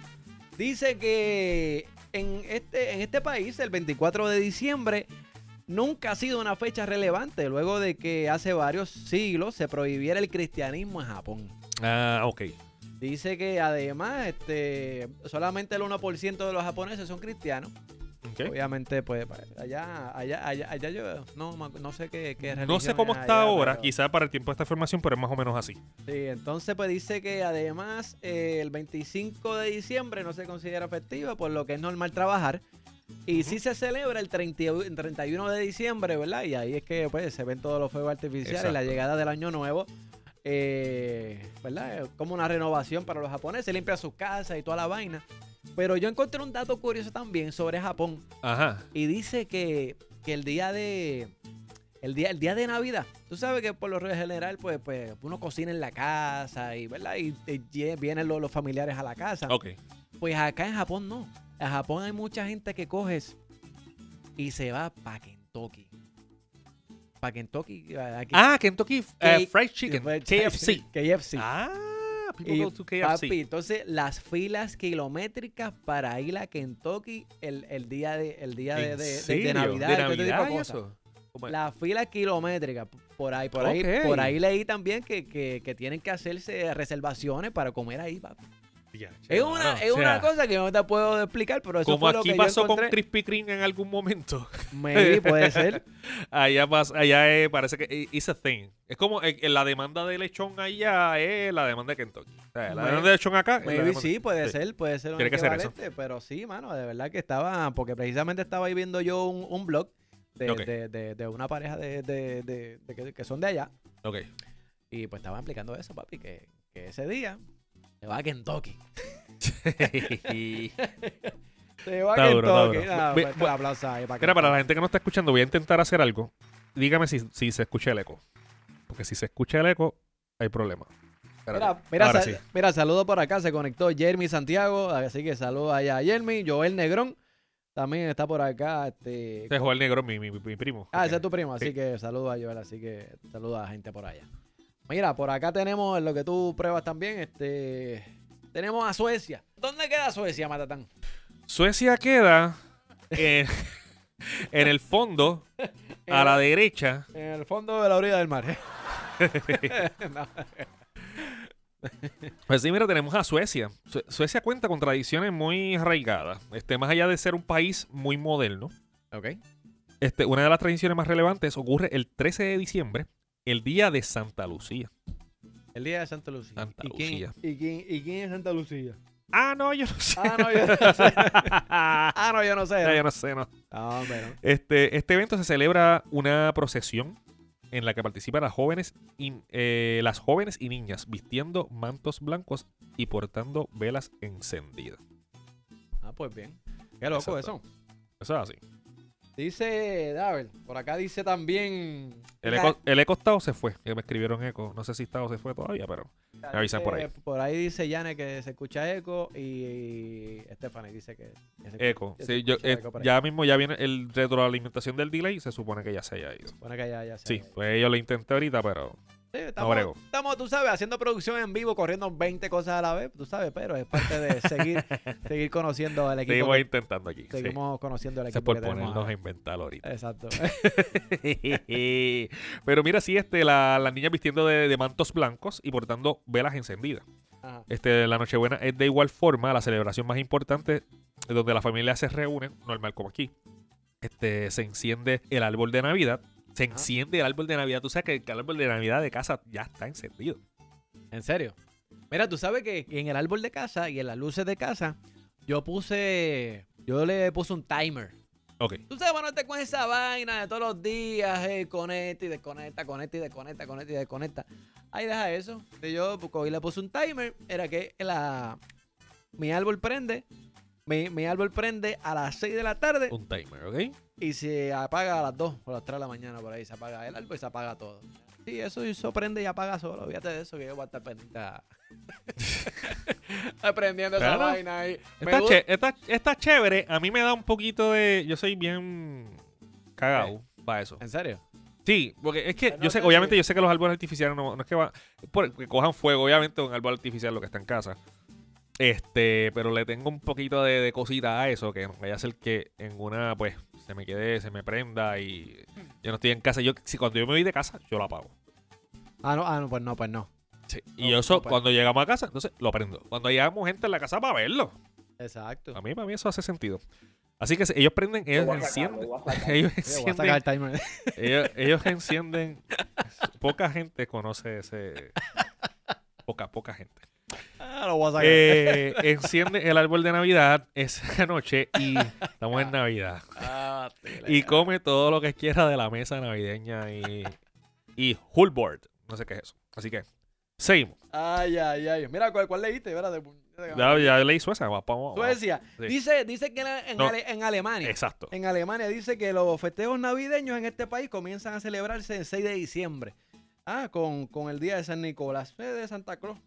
[SPEAKER 6] Dice que en este, en este país, el 24 de diciembre, nunca ha sido una fecha relevante, luego de que hace varios siglos se prohibiera el cristianismo en Japón.
[SPEAKER 7] Ah, ok.
[SPEAKER 6] Dice que además, este, solamente el 1% de los japoneses son cristianos.
[SPEAKER 7] Ok.
[SPEAKER 6] Obviamente, pues, allá, allá, allá, allá yo no, me acu- no sé qué, qué
[SPEAKER 7] No
[SPEAKER 6] religión
[SPEAKER 7] sé cómo
[SPEAKER 6] es
[SPEAKER 7] está
[SPEAKER 6] allá,
[SPEAKER 7] ahora,
[SPEAKER 6] pero-
[SPEAKER 7] quizá para el tiempo de esta información, pero es más o menos así.
[SPEAKER 6] Sí, entonces pues dice que además eh, el 25 de diciembre no se considera festivo, por lo que es normal trabajar. Y sí se celebra el 30 y- el 31 de diciembre, ¿verdad? Y ahí es que pues se ven todos los fuegos artificiales, la
[SPEAKER 7] Exacto.
[SPEAKER 6] llegada del año nuevo, eh, ¿verdad? Eh, Como una renovación para los japoneses, limpia sus casas y toda la vaina. Pero yo encontré un dato curioso también sobre Japón
[SPEAKER 7] Ajá.
[SPEAKER 6] y dice que, que el día de el día, el día de Navidad, tú sabes que por lo general, pues, pues uno cocina en la casa y, ¿verdad? Y, eh, lle- vienen los, los familiares a la casa.
[SPEAKER 7] Ok.
[SPEAKER 6] Pues acá en Japón no. En Japón hay mucha gente que coges y se va para Kentucky. Para Kentucky. eh, Aquí, (laughs) Pues,
[SPEAKER 7] Ah, Kentucky eh,
[SPEAKER 6] K-
[SPEAKER 7] Fried Chicken.
[SPEAKER 6] (laughs)
[SPEAKER 7] KFC.
[SPEAKER 6] KFC.
[SPEAKER 7] Ah, people
[SPEAKER 6] Y,
[SPEAKER 7] go to KFC.
[SPEAKER 6] papi, entonces las filas kilométricas para ir a Kentucky el, el día de, el día de,
[SPEAKER 7] ¿En
[SPEAKER 6] de- de- de
[SPEAKER 7] serio?
[SPEAKER 6] Navidad,
[SPEAKER 7] ¿De
[SPEAKER 6] y todo este tipo de
[SPEAKER 7] Navidad y
[SPEAKER 6] cosas.
[SPEAKER 7] eso? ¿Cómo es?
[SPEAKER 6] La fila kilométrica, p- por ahí, por
[SPEAKER 7] Ok.
[SPEAKER 6] ahí, por ahí leí también que, que- que tienen que hacerse reservaciones para comer ahí, papi.
[SPEAKER 7] Ya, che,
[SPEAKER 6] Es una,
[SPEAKER 7] mano,
[SPEAKER 6] es
[SPEAKER 7] o sea,
[SPEAKER 6] una cosa que no te puedo explicar, pero eso
[SPEAKER 7] Como
[SPEAKER 6] fue lo
[SPEAKER 7] aquí
[SPEAKER 6] que
[SPEAKER 7] pasó
[SPEAKER 6] yo
[SPEAKER 7] con
[SPEAKER 6] encontré.
[SPEAKER 7] Krispy Kreme en algún momento. (laughs)
[SPEAKER 6] Maybe, puede ser.
[SPEAKER 7] Allá, pas- allá eh, parece que eh, it's a thing. Es como eh, la demanda de lechón allá es la demanda de Kentucky. O sea, la
[SPEAKER 6] Bueno,
[SPEAKER 7] demanda de lechón acá. es la
[SPEAKER 6] Maybe
[SPEAKER 7] demanda-
[SPEAKER 6] sí, puede
[SPEAKER 7] sí.
[SPEAKER 6] ser, puede ser un
[SPEAKER 7] Tiene que ser eso.
[SPEAKER 6] equivalente, pero sí, mano, de verdad que estaba, porque precisamente estaba ahí viendo yo un, un blog de,
[SPEAKER 7] Ok.
[SPEAKER 6] de- de- de una pareja de, de- de- de que, que son de allá,
[SPEAKER 7] Ok.
[SPEAKER 6] y pues estaban explicando eso, papi, que, que ese día se va a Kentucky.
[SPEAKER 7] (laughs)
[SPEAKER 6] Se va
[SPEAKER 7] Está
[SPEAKER 6] a
[SPEAKER 7] duro, está
[SPEAKER 6] Kentucky.
[SPEAKER 7] duro.
[SPEAKER 6] Ah,
[SPEAKER 7] Ve-
[SPEAKER 6] pues,
[SPEAKER 7] bu-
[SPEAKER 6] un aplauso ahí para
[SPEAKER 7] Mira, para la
[SPEAKER 6] Kentucky.
[SPEAKER 7] gente que no está escuchando, voy a intentar hacer algo. Dígame si, si se escucha el eco. Porque si se escucha el eco, hay problema. Espérate.
[SPEAKER 6] Mira, mira,
[SPEAKER 7] Ahora
[SPEAKER 6] sal-
[SPEAKER 7] sí.
[SPEAKER 6] mira, saludo por acá, se conectó Jeremy Santiago, así que saludos allá a Jeremy, Joel Negrón, también está por acá, este...
[SPEAKER 7] Este es Joel Negro, mi, mi, mi primo.
[SPEAKER 6] Ah,
[SPEAKER 7] Ok.
[SPEAKER 6] ese es tu primo, así
[SPEAKER 7] Sí.
[SPEAKER 6] que saludo a Joel, así que saludo a la gente por allá. Mira, por acá tenemos lo que tú pruebas también, este... Tenemos a Suecia. ¿Dónde queda Suecia, Matatán?
[SPEAKER 7] Suecia queda en, (laughs) en
[SPEAKER 6] (laughs)
[SPEAKER 7] el fondo, a la derecha.
[SPEAKER 6] En el fondo de la orilla del mar. (laughs) No.
[SPEAKER 7] Pues sí, mira, tenemos a Suecia. Sue- Suecia cuenta con tradiciones muy arraigadas. Este, más allá de ser un país muy moderno,
[SPEAKER 6] Ok.
[SPEAKER 7] este, una de las tradiciones más relevantes ocurre el 13 de diciembre, el día de Santa Lucía.
[SPEAKER 6] El día de Santa Lucía.
[SPEAKER 7] Santa
[SPEAKER 6] ¿Y quién-
[SPEAKER 7] Lucía.
[SPEAKER 6] ¿Y quién, y quién es Santa Lucía?
[SPEAKER 7] Ah, no, yo no sé.
[SPEAKER 6] Ah, no, yo no
[SPEAKER 7] (laughs)
[SPEAKER 6] sé. ah, no, yo no sé.
[SPEAKER 7] Ya, yo no sé, no.
[SPEAKER 6] No, hombre, no.
[SPEAKER 7] Este, este evento se celebra una procesión en la que participan las jóvenes y, eh, las jóvenes y niñas vistiendo mantos blancos y portando velas encendidas.
[SPEAKER 6] Ah, pues bien. Qué loco
[SPEAKER 7] Exacto.
[SPEAKER 6] eso.
[SPEAKER 7] Eso es así.
[SPEAKER 6] Dice, David, por acá dice también...
[SPEAKER 7] El eco, el eco Estado se fue. que Me escribieron eco. No sé si Estado se fue todavía, pero.
[SPEAKER 6] Me
[SPEAKER 7] avisan por ahí.
[SPEAKER 6] Por ahí dice Yane que se escucha eco y Stephanie dice que, que se escucha-
[SPEAKER 7] Eco. Sí,
[SPEAKER 6] se
[SPEAKER 7] yo-
[SPEAKER 6] escucha
[SPEAKER 7] eh,
[SPEAKER 6] eco por ahí.
[SPEAKER 7] ya mismo ya viene el retroalimentación del delay. Se supone que ya se haya ido.
[SPEAKER 6] Supone que ya- ya se
[SPEAKER 7] Sí,
[SPEAKER 6] ve.
[SPEAKER 7] pues yo lo intenté ahorita, pero.
[SPEAKER 6] Sí, estamos,
[SPEAKER 7] brego.
[SPEAKER 6] estamos, tú sabes, haciendo producción en vivo, corriendo 20 cosas a la vez, tú sabes, pero es parte de
[SPEAKER 7] (laughs)
[SPEAKER 6] seguir, seguir conociendo al equipo.
[SPEAKER 7] Seguimos
[SPEAKER 6] que-
[SPEAKER 7] intentando aquí. sí.
[SPEAKER 6] seguimos conociendo al
[SPEAKER 7] Se
[SPEAKER 6] equipo.
[SPEAKER 7] por
[SPEAKER 6] que tenemos.
[SPEAKER 7] ponernos a inventar ahorita. (laughs)
[SPEAKER 6] Exacto.
[SPEAKER 7] Pero mira, sí, este, la, las niñas vistiendo de, de mantos blancos y portando velas encendidas.
[SPEAKER 6] Ajá.
[SPEAKER 7] Este, la Nochebuena es de igual forma la celebración más importante donde la familia se reúne, normal como aquí. Este, se enciende el árbol de Navidad. Se enciende el árbol de Navidad. Tú sabes que el árbol de Navidad de casa ya está encendido.
[SPEAKER 6] En serio. Mira, tú sabes que en el árbol de casa y en las luces de casa, yo puse. Yo le puse un timer.
[SPEAKER 7] Ok.
[SPEAKER 6] Tú sabes, bueno, te con esa vaina de todos los días, eh, conecta y desconecta, conecta y desconecta, conecta y desconecta. Ahí deja eso. Y yo pues, cogí, le puse un timer, era que la, mi árbol prende, mi, mi árbol prende a las 6 de la tarde
[SPEAKER 7] Un timer, ¿ok?
[SPEAKER 6] y se apaga a las 2 o a las 3 de la mañana por ahí. Se apaga el árbol y se apaga todo. Sí, eso, eso prende y apaga solo. Fíjate de eso que yo voy a estar pendiente. a- (laughs) Aprendiendo esa
[SPEAKER 7] Claro.
[SPEAKER 6] vaina ahí. Me
[SPEAKER 7] Está,
[SPEAKER 6] gu-
[SPEAKER 7] ché- está- está chévere. A mí me da un poquito de... Yo soy bien cagado para eso.
[SPEAKER 6] ¿En serio?
[SPEAKER 7] Sí, porque es que
[SPEAKER 6] Ah, no,
[SPEAKER 7] yo sé,
[SPEAKER 6] sí,
[SPEAKER 7] obviamente
[SPEAKER 6] sí.
[SPEAKER 7] yo sé que los árboles artificiales no, no es que va, por- que cojan fuego, obviamente un árbol artificial lo que está en casa. Este, pero le tengo un poquito de, de cosita a eso, que no vaya a ser que en una, pues, se me quede, se me prenda y yo no estoy en casa. Yo, si cuando yo me voy de casa, yo lo apago.
[SPEAKER 6] Ah, no, ah, no, pues no, pues no.
[SPEAKER 7] Y
[SPEAKER 6] No,
[SPEAKER 7] yo eso,
[SPEAKER 6] no, pues.
[SPEAKER 7] cuando llegamos a casa, entonces lo prendo. Cuando llegamos gente en la casa para verlo.
[SPEAKER 6] Exacto.
[SPEAKER 7] A mí, para mí eso hace sentido. Así que ellos prenden, ellos encienden. (laughs) Ellos
[SPEAKER 6] Yo voy a sacar
[SPEAKER 7] encienden
[SPEAKER 6] el (laughs) timer.
[SPEAKER 7] Ellos, ellos encienden. Poca gente conoce ese. Poca, poca gente.
[SPEAKER 6] Ah, lo voy a sacar.
[SPEAKER 7] Eh, enciende el árbol de Navidad esa noche y estamos en Navidad.
[SPEAKER 6] Ah, tela.
[SPEAKER 7] Y come todo lo que quiera de la mesa navideña y. Y Hulbord. No sé qué es eso. Así que. Seguimos.
[SPEAKER 6] Ay, ay, ay. Mira, ¿cuál, cuál leíste? Espérate. pues,
[SPEAKER 7] Ya, ya leí Suecia. va- vamos- vamos.
[SPEAKER 6] Suecia.
[SPEAKER 7] Sí.
[SPEAKER 6] Dice, dice que en, en
[SPEAKER 7] No.
[SPEAKER 6] Ale- en Alemania.
[SPEAKER 7] Exacto.
[SPEAKER 6] En Alemania dice que los festejos navideños en este país comienzan a celebrarse el 6 de diciembre. Ah, con, con el día de San Nicolás, eh, de Santa Claus.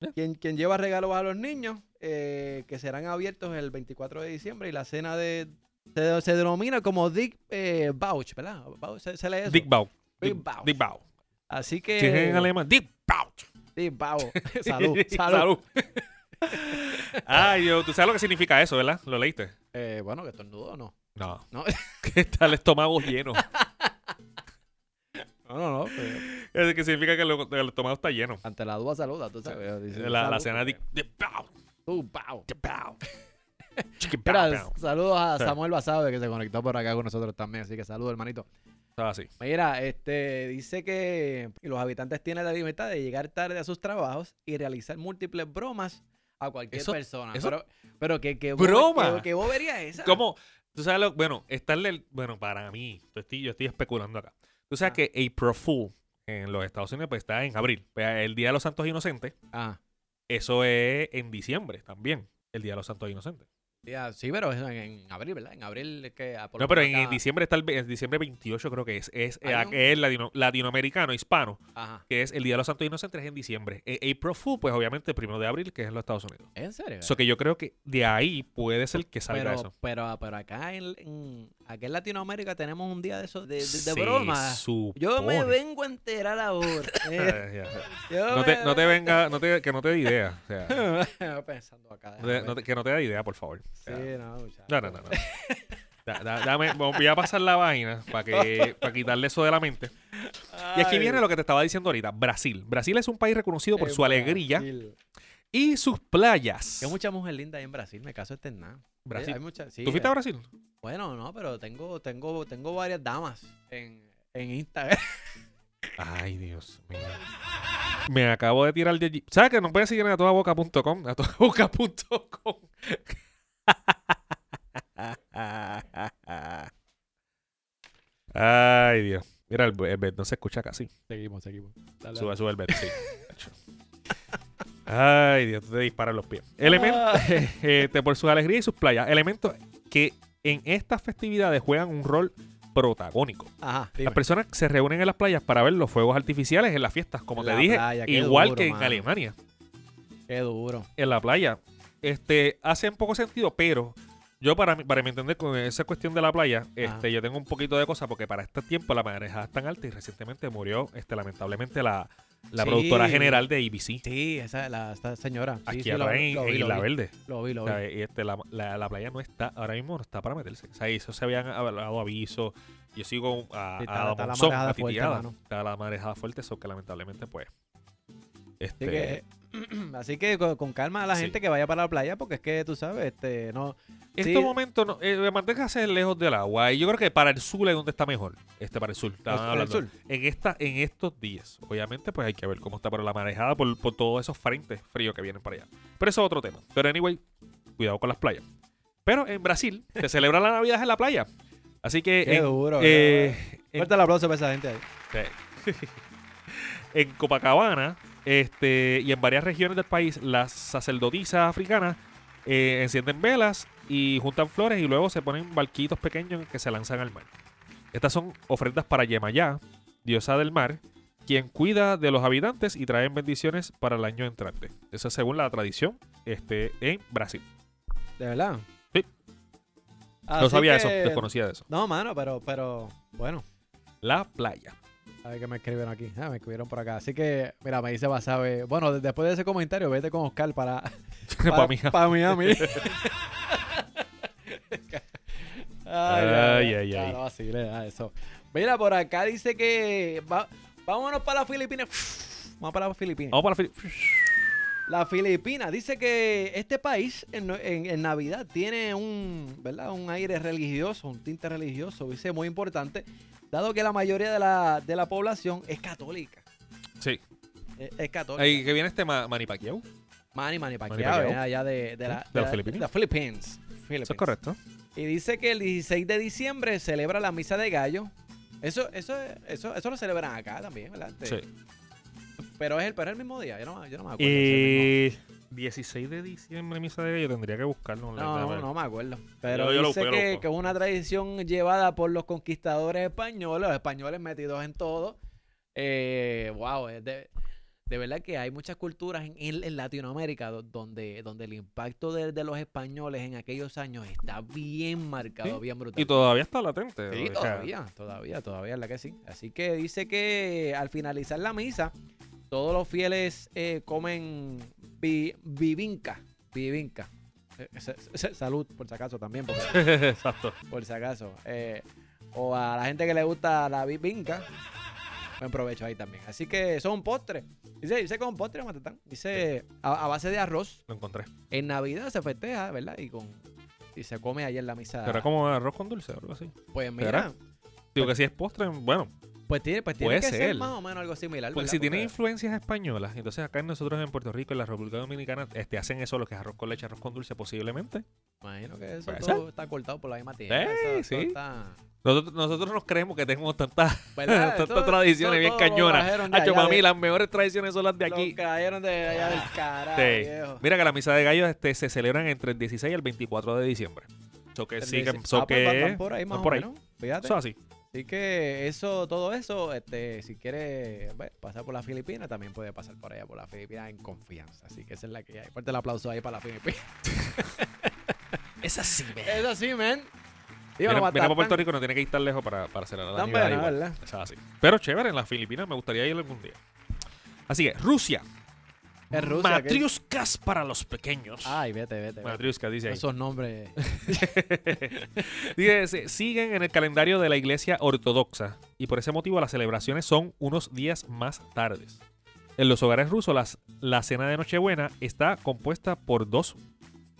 [SPEAKER 7] Ya.
[SPEAKER 6] Quien, quien lleva regalos a los niños, eh, que serán abiertos el 24 de diciembre. Y la cena de se, se denomina como Dick eh, Bauch, ¿verdad? Bauch, se, se lee eso.
[SPEAKER 7] Dick Bau.
[SPEAKER 6] Dick Bau.
[SPEAKER 7] Dick Bau.
[SPEAKER 6] Así que.
[SPEAKER 7] Si es en alemán, Dick Bau.
[SPEAKER 6] Dick Bau.
[SPEAKER 7] (laughs)
[SPEAKER 6] salud, salud.
[SPEAKER 7] Ay, yo, tú sabes lo que significa eso, ¿verdad? ¿Lo leíste?
[SPEAKER 6] Eh, bueno, que estornudo no.
[SPEAKER 7] No. (laughs)
[SPEAKER 6] No.
[SPEAKER 7] que está el estómago lleno.
[SPEAKER 6] No, no, no.
[SPEAKER 7] Es que significa que lo- el estómago está lleno.
[SPEAKER 6] Eh, ante la duda, saluda, tú sabes. Dice,
[SPEAKER 7] La, la
[SPEAKER 6] salud,
[SPEAKER 7] cena de...
[SPEAKER 6] porque-
[SPEAKER 7] de pow,
[SPEAKER 6] Tú, Bau.
[SPEAKER 7] de pow. Chiqui pow,
[SPEAKER 6] Mira,
[SPEAKER 7] pow.
[SPEAKER 6] saludos a
[SPEAKER 7] Sí.
[SPEAKER 6] Samuel Basabe que se conectó por acá con nosotros también, así que saludos, hermanito.
[SPEAKER 7] Estaba así.
[SPEAKER 6] Mira, este dice que los habitantes tienen la libertad de llegar tarde a sus trabajos y realizar múltiples bromas a cualquier
[SPEAKER 7] Eso-
[SPEAKER 6] persona.
[SPEAKER 7] eso-
[SPEAKER 6] pero, pero que, que
[SPEAKER 7] ¡Broma!
[SPEAKER 6] Que, que bobería esa.
[SPEAKER 7] ¿Cómo? Tú sabes lo... Bueno, estarle... Bueno, para mí, yo estoy, yo estoy especulando acá. Tú sabes
[SPEAKER 6] Ah.
[SPEAKER 7] que April Fool en los Estados Unidos pues, está en abril. Pues, el Día de los Santos Inocentes,
[SPEAKER 6] Ah,
[SPEAKER 7] eso es en diciembre también. El Día de los Santos Inocentes.
[SPEAKER 6] ya, sí, pero es en, en abril, ¿verdad? En abril es que... ah, por
[SPEAKER 7] No,
[SPEAKER 6] lo
[SPEAKER 7] pero en,
[SPEAKER 6] menos
[SPEAKER 7] en
[SPEAKER 6] acá-
[SPEAKER 7] diciembre está el, ve- en diciembre 28 creo que es. Es, eh,
[SPEAKER 6] Hay un-
[SPEAKER 7] es latino- latinoamericano, hispano,
[SPEAKER 6] Ajá.
[SPEAKER 7] que es el Día de los Santos Inocentes es en diciembre. Eh, April Fool, pues obviamente el primero de abril, que es en los Estados Unidos.
[SPEAKER 6] ¿En serio?
[SPEAKER 7] Eso que yo creo que de ahí puede ser que salga
[SPEAKER 6] pero,
[SPEAKER 7] eso.
[SPEAKER 6] pero, pero acá en, en- aquí en Latinoamérica tenemos un día de eso, de, de, de
[SPEAKER 7] Se
[SPEAKER 6] bromas. Yo me
[SPEAKER 7] supone. (laughs)
[SPEAKER 6] vengo a enterar ahora. eh.
[SPEAKER 7] Eh, ya.
[SPEAKER 6] Yo
[SPEAKER 7] No te,
[SPEAKER 6] me
[SPEAKER 7] no te venga, no te, que no te dé idea. o sea, no (laughs)
[SPEAKER 6] pensando acá.
[SPEAKER 7] te- no te- que no te dé idea, por favor. O sea,
[SPEAKER 6] Sí, no, muchacho.
[SPEAKER 7] No, no, no. no. Da- da- dame, voy a pasar la vaina
[SPEAKER 6] (laughs)
[SPEAKER 7] para que, para quitarle eso de la mente. Y aquí viene lo que te estaba diciendo ahorita. Brasil. Brasil es un país reconocido por su alegría y sus playas.
[SPEAKER 6] Hay mucha mujer linda ahí en Brasil, me caso este en nada.
[SPEAKER 7] Brasil.
[SPEAKER 6] Hay mucha, sí,
[SPEAKER 7] ¿Tú fuiste a
[SPEAKER 6] eh,
[SPEAKER 7] Brasil?
[SPEAKER 6] Bueno, no, pero tengo, tengo, tengo varias damas en, en Instagram. (laughs)
[SPEAKER 7] Ay, Dios mío. Me acabo de tirar de allí. ¿Sabes que nos puedes seguir en (laughs) atodaboca.com? Atodaboca.com. Ay, Dios. Mira, el, el Bert no se escucha casi.
[SPEAKER 6] Seguimos, seguimos. Dale,
[SPEAKER 7] Sube, sube el Bert, sí. Ay, Dios, te disparan los pies. Elemento, (laughs) este, por su alegría y sus playas. Elementos que en estas festividades juegan un rol protagónico.
[SPEAKER 6] Ajá, dime.
[SPEAKER 7] Las personas se reúnen en las playas para ver los fuegos artificiales en las fiestas, como
[SPEAKER 6] La
[SPEAKER 7] te dije,
[SPEAKER 6] playa, qué
[SPEAKER 7] igual
[SPEAKER 6] duro,
[SPEAKER 7] que en
[SPEAKER 6] mano.
[SPEAKER 7] Alemania,
[SPEAKER 6] Qué duro.
[SPEAKER 7] en la playa. Este, hace un poco sentido, pero yo para mi, para mi entender con esa cuestión de la playa, este, yo tengo un poquito de cosas porque para este tiempo la marejada es tan alta y recientemente murió, este, lamentablemente la la
[SPEAKER 6] Sí.
[SPEAKER 7] productora general de ABC.
[SPEAKER 6] Sí, esa, la, esta señora. Sí,
[SPEAKER 7] Aquí
[SPEAKER 6] sí,
[SPEAKER 7] hablan
[SPEAKER 6] vi,
[SPEAKER 7] en,
[SPEAKER 6] vi,
[SPEAKER 7] en
[SPEAKER 6] lo
[SPEAKER 7] Isla
[SPEAKER 6] vi.
[SPEAKER 7] Verde.
[SPEAKER 6] Lo vi, lo
[SPEAKER 7] O
[SPEAKER 6] vi.
[SPEAKER 7] sea, y este, la, la- la playa no está, ahora mismo no está para meterse. O sea, eso se habían dado avisos. Yo sigo a,
[SPEAKER 6] Sí, está-
[SPEAKER 7] a Adam
[SPEAKER 6] está la
[SPEAKER 7] Monzón,
[SPEAKER 6] marejada
[SPEAKER 7] la
[SPEAKER 6] fuerte,
[SPEAKER 7] titiada.
[SPEAKER 6] mano.
[SPEAKER 7] Está la marejada fuerte, eso que lamentablemente, pues. Este,
[SPEAKER 6] Así que, (clears throat) así que con, con calma a la
[SPEAKER 7] Sí.
[SPEAKER 6] gente que vaya para la playa, porque es que tú sabes, este, no.
[SPEAKER 7] Este
[SPEAKER 6] sí.
[SPEAKER 7] momento, no, eh, manténgase lejos del agua. Y yo creo que para el sur es donde está mejor. Este, para el sur. estaban
[SPEAKER 6] Para el
[SPEAKER 7] hablando.
[SPEAKER 6] sur.
[SPEAKER 7] En, esta, en estos días, obviamente, pues hay que ver cómo está para la marejada por, por todos esos frentes fríos que vienen para allá. Pero eso es otro tema. Pero anyway, cuidado con las playas. Pero en Brasil se (laughs) celebra la Navidad en la playa. Así que.
[SPEAKER 6] Qué
[SPEAKER 7] en-
[SPEAKER 6] duro.
[SPEAKER 7] eh,
[SPEAKER 6] ¿verdad?
[SPEAKER 7] en-
[SPEAKER 6] Fuerte el aplauso para esa gente ahí.
[SPEAKER 7] Sí. en Copacabana este, y en varias regiones del país, las sacerdotisas africanas eh, encienden velas y juntan flores y luego se ponen barquitos pequeños que se lanzan al mar. Estas son ofrendas para Yemayá, diosa del mar, quien cuida de los habitantes y traen bendiciones para el año entrante. Eso es según la tradición este, en Brasil.
[SPEAKER 6] De verdad.
[SPEAKER 7] Sí.
[SPEAKER 6] Así
[SPEAKER 7] no sabía eso,
[SPEAKER 6] que-
[SPEAKER 7] desconocía de eso.
[SPEAKER 6] No, mano, pero, pero, bueno.
[SPEAKER 7] La playa. (laughs)
[SPEAKER 6] A ver qué me escribieron aquí. Ah, me escribieron por acá. Así que, mira, me dice Basabe. Bueno, de- después de ese comentario, vete con Oscar
[SPEAKER 7] (laughs)
[SPEAKER 6] para.
[SPEAKER 7] Pa' mí.
[SPEAKER 6] Para
[SPEAKER 7] (laughs)
[SPEAKER 6] Miami.
[SPEAKER 7] Ay, ay, ay.
[SPEAKER 6] No vacile, ah, eso. Mira, por acá dice que. va- vámonos para las Filipinas. Vamos para las Filipinas.
[SPEAKER 7] Vamos para la fi-
[SPEAKER 6] La Filipina dice que este país en, en- en Navidad tiene un, ¿verdad? un aire religioso, un tinte religioso, dice muy importante, dado que la mayoría de la, de la población es católica.
[SPEAKER 7] Sí.
[SPEAKER 6] Es, es católica.
[SPEAKER 7] Ahí que viene este ma Manny Pacquiao.
[SPEAKER 6] Manny, Manny Pacquiao,
[SPEAKER 7] Manny Pacquiao.
[SPEAKER 6] ¿verdad? ¿eh? allá de, de, la,
[SPEAKER 7] ¿Eh? ¿De
[SPEAKER 6] de
[SPEAKER 7] los
[SPEAKER 6] la-
[SPEAKER 7] Filipinos?
[SPEAKER 6] de las Philippines. Philippines.
[SPEAKER 7] Eso es correcto.
[SPEAKER 6] Y dice que el 16 de diciembre celebra la misa de gallo. Eso, eso, eso, eso lo celebran acá también, ¿verdad? Este,
[SPEAKER 7] Sí.
[SPEAKER 6] Pero es el, pero es el mismo día, yo no, yo no me acuerdo. si es el mismo.
[SPEAKER 7] Eh, 16 de diciembre, misa de gallo, tendría que buscarlo. online,
[SPEAKER 6] No, no,
[SPEAKER 7] dame.
[SPEAKER 6] no me acuerdo. Pero
[SPEAKER 7] Yo- yo lo pues.
[SPEAKER 6] dice
[SPEAKER 7] busco, yo lo
[SPEAKER 6] que,
[SPEAKER 7] busco.
[SPEAKER 6] que es una tradición llevada por los conquistadores españoles, los españoles metidos en todo. Eh, wow, es de, de verdad que hay muchas culturas en, en- en Latinoamérica do- donde, donde el impacto de, de los españoles en aquellos años está bien marcado,
[SPEAKER 7] Sí,
[SPEAKER 6] bien brutal.
[SPEAKER 7] Y todavía está latente.
[SPEAKER 6] Sí,
[SPEAKER 7] o sea,
[SPEAKER 6] todavía, todavía, todavía, la que sí. Así que dice que al finalizar la misa, todos los fieles eh, comen bi- bibinca, bibinca. Eh, se- se- salud, por si acaso, también, porque- (laughs)
[SPEAKER 7] (laughs) Exacto.
[SPEAKER 6] por si acaso. Eh, o a la gente que le gusta la bibinca, buen provecho ahí también. Así que son postres. Dice, dice con postre, Matatán. Dice, a, a base de arroz,
[SPEAKER 7] Lo encontré.
[SPEAKER 6] en Navidad se festeja, ¿verdad? Y con... Y se come ayer la misa.
[SPEAKER 7] Será como arroz con dulce o algo así.
[SPEAKER 6] Pues mira,
[SPEAKER 7] ¿Será? Digo que si es postre, bueno.
[SPEAKER 6] Pues tiene, pues tiene
[SPEAKER 7] Puede
[SPEAKER 6] que ser
[SPEAKER 7] ser.
[SPEAKER 6] más o menos algo similar.
[SPEAKER 7] Porque
[SPEAKER 6] ¿verdad?
[SPEAKER 7] si tiene influencias españolas, entonces acá nosotros en Puerto Rico, en la República Dominicana, este, hacen eso, lo que es arroz con leche, arroz con dulce, posiblemente.
[SPEAKER 6] Imagino que eso
[SPEAKER 7] Puede
[SPEAKER 6] todo está cortado por la misma tierra.
[SPEAKER 7] Sí,
[SPEAKER 6] eso- eso
[SPEAKER 7] sí.
[SPEAKER 6] está-
[SPEAKER 7] Nosotros, nosotros nos creemos que tenemos tantas
[SPEAKER 6] (laughs)
[SPEAKER 7] (laughs)
[SPEAKER 6] ¿Verdad?
[SPEAKER 7] tantas
[SPEAKER 6] Todo- todo-
[SPEAKER 7] tradiciones bien
[SPEAKER 6] todo lo
[SPEAKER 7] cañonas.
[SPEAKER 6] trajeron de
[SPEAKER 7] Hacho,
[SPEAKER 6] allá,
[SPEAKER 7] mami,
[SPEAKER 6] de-
[SPEAKER 7] las mejores tradiciones son las de
[SPEAKER 6] lo
[SPEAKER 7] aquí.
[SPEAKER 6] trajeron de allá del carajo,
[SPEAKER 7] Sí.
[SPEAKER 6] viejo.
[SPEAKER 7] Mira que la misa de gallos este, se celebran entre el 16 y el 24 de diciembre. So que sí, que, so
[SPEAKER 6] Ah, pues van-
[SPEAKER 7] que-
[SPEAKER 6] van por ahí
[SPEAKER 7] van
[SPEAKER 6] más
[SPEAKER 7] por
[SPEAKER 6] o
[SPEAKER 7] ahí.
[SPEAKER 6] menos. Fíjate.
[SPEAKER 7] Eso así.
[SPEAKER 6] Así que eso, todo eso, este, si quieres bueno, pasar por las Filipinas, también puede pasar por allá por las Filipinas en confianza. Así que esa es la que hay. Fuerte el aplauso ahí para las
[SPEAKER 7] (laughs)
[SPEAKER 6] Filipinas.
[SPEAKER 1] Es así, ve.
[SPEAKER 6] eso sí, men.
[SPEAKER 7] Viene,
[SPEAKER 6] no,
[SPEAKER 7] viene para
[SPEAKER 6] Matatán.
[SPEAKER 7] Puerto Rico, no tiene que ir tan lejos para, para celebrar la
[SPEAKER 6] No,
[SPEAKER 7] Navidad
[SPEAKER 6] hombre, no,
[SPEAKER 7] igual.
[SPEAKER 6] ¿verdad?
[SPEAKER 7] Eso es así. Pero chévere, en las Filipinas me gustaría ir algún día. Así que, Rusia.
[SPEAKER 6] Es Rusia, Ah, ¿qué?
[SPEAKER 7] Matriuskas para los pequeños.
[SPEAKER 6] Ay, vete, vete. vete.
[SPEAKER 7] Matriuskas, dice ahí.
[SPEAKER 6] Esos nombres.
[SPEAKER 7] (laughs) Dice, se- siguen en el calendario de la iglesia ortodoxa y por ese motivo las celebraciones son unos días más tardes. En los hogares rusos las- la cena de Nochebuena está compuesta por dos,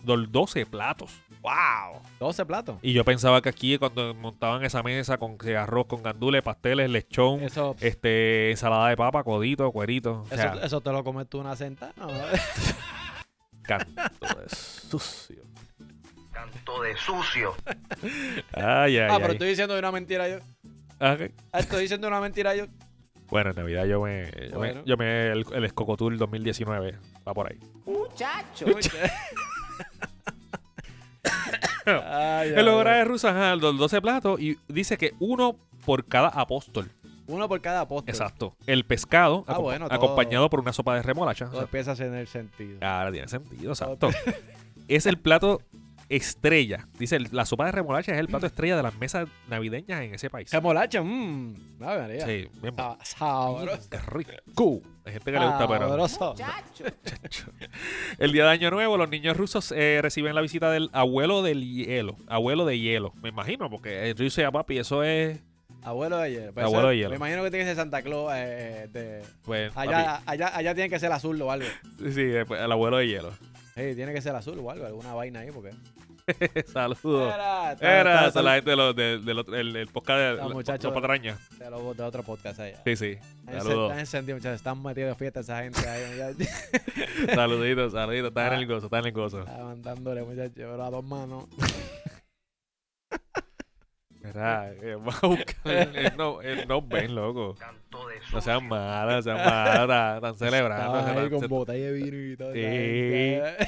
[SPEAKER 7] por 12 platos. ¡Wow!
[SPEAKER 6] 12 platos.
[SPEAKER 7] (laughs) Y yo pensaba que aquí cuando montaban esa mesa con que arroz, con gandules, pasteles, lechón,
[SPEAKER 6] Eso,
[SPEAKER 7] este, ensalada de papa, codito, cuerito. O sea,
[SPEAKER 6] eso, eso te lo comes tú una sentada. ¿no?
[SPEAKER 7] canto de sucio.
[SPEAKER 4] Canto de sucio.
[SPEAKER 7] Ay, ay,
[SPEAKER 6] Ah, pero
[SPEAKER 7] ay.
[SPEAKER 6] estoy diciendo una mentira yo.
[SPEAKER 7] Ah, ok.
[SPEAKER 6] Ah, Estoy diciendo una mentira
[SPEAKER 7] (laughs)
[SPEAKER 6] yo.
[SPEAKER 7] Bueno, en Navidad yo me. Yo
[SPEAKER 6] Bueno.
[SPEAKER 7] me, yo me- el, el Escocotul 2019. Va por ahí.
[SPEAKER 6] Ay, ay,
[SPEAKER 7] (laughs) El hogar
[SPEAKER 6] ay.
[SPEAKER 7] de Rusas, ajá, los 12 platos. Y dice que uno por cada apóstol.
[SPEAKER 6] Uno por cada postre.
[SPEAKER 7] Exacto. El pescado,
[SPEAKER 6] Ah,
[SPEAKER 7] acompa-
[SPEAKER 6] bueno, todo-
[SPEAKER 7] acompañado por una sopa de remolacha. O
[SPEAKER 6] Todo
[SPEAKER 7] sea,
[SPEAKER 6] empieza a tener sentido.
[SPEAKER 7] ahora tiene sentido, exacto. es el plato. estrella. Dice, la sopa de remolacha es el plato estrella de las mesas navideñas en ese país.
[SPEAKER 6] Remolacha, mmm. Ave María.
[SPEAKER 7] Sí, bien
[SPEAKER 6] Sa- Ah, sabroso.
[SPEAKER 7] Qué rico. Hay gente que le gusta, pero...
[SPEAKER 6] Sabroso.
[SPEAKER 7] El día de Año Nuevo, los niños rusos eh, reciben la visita del abuelo del hielo. Abuelo de hielo, me imagino, porque eh, el ruso ya, papi, eso es...
[SPEAKER 6] Abuelo de hielo. Pues eso-
[SPEAKER 7] Abuelo de hielo.
[SPEAKER 6] Me imagino que tiene que ser Santa Claus. eh, de-
[SPEAKER 7] Pues,
[SPEAKER 6] allá, allá, allá tiene que ser azul o algo.
[SPEAKER 7] papi, sí, eh, pues, el abuelo de hielo. (laughs)
[SPEAKER 6] Sí, tiene que ser azul o algo, alguna vaina ahí, porque.
[SPEAKER 7] Saludos.
[SPEAKER 6] Era, está-
[SPEAKER 7] Era
[SPEAKER 6] está-
[SPEAKER 7] esa la gente de los- de- del otro- el, el podcast de
[SPEAKER 6] Los
[SPEAKER 7] la-
[SPEAKER 6] muchachos.
[SPEAKER 7] los patrañas.
[SPEAKER 6] de los- de otro podcast allá.
[SPEAKER 7] Sí, sí.
[SPEAKER 6] Están encen-
[SPEAKER 7] Saludos.
[SPEAKER 6] Están encendidos, muchachos. Están metidos de fiesta esa gente ahí. muchachos. (laughs)
[SPEAKER 7] Saluditos, saluditos. Están en el
[SPEAKER 6] Ah.
[SPEAKER 7] gozo, están en el gozo.
[SPEAKER 6] Está mandándole, muchachos, pero a dos manos. Ah.
[SPEAKER 7] Mira, eh, vamos a buscar el, el no, el no ven, loco.
[SPEAKER 4] Canto de
[SPEAKER 7] No
[SPEAKER 4] sucio.
[SPEAKER 7] sean malas, no sean malas. Están- Están celebrando.
[SPEAKER 6] Estaban ahí
[SPEAKER 7] están-
[SPEAKER 6] con botella de vino y todo.
[SPEAKER 7] Sí.
[SPEAKER 6] ¿sabes?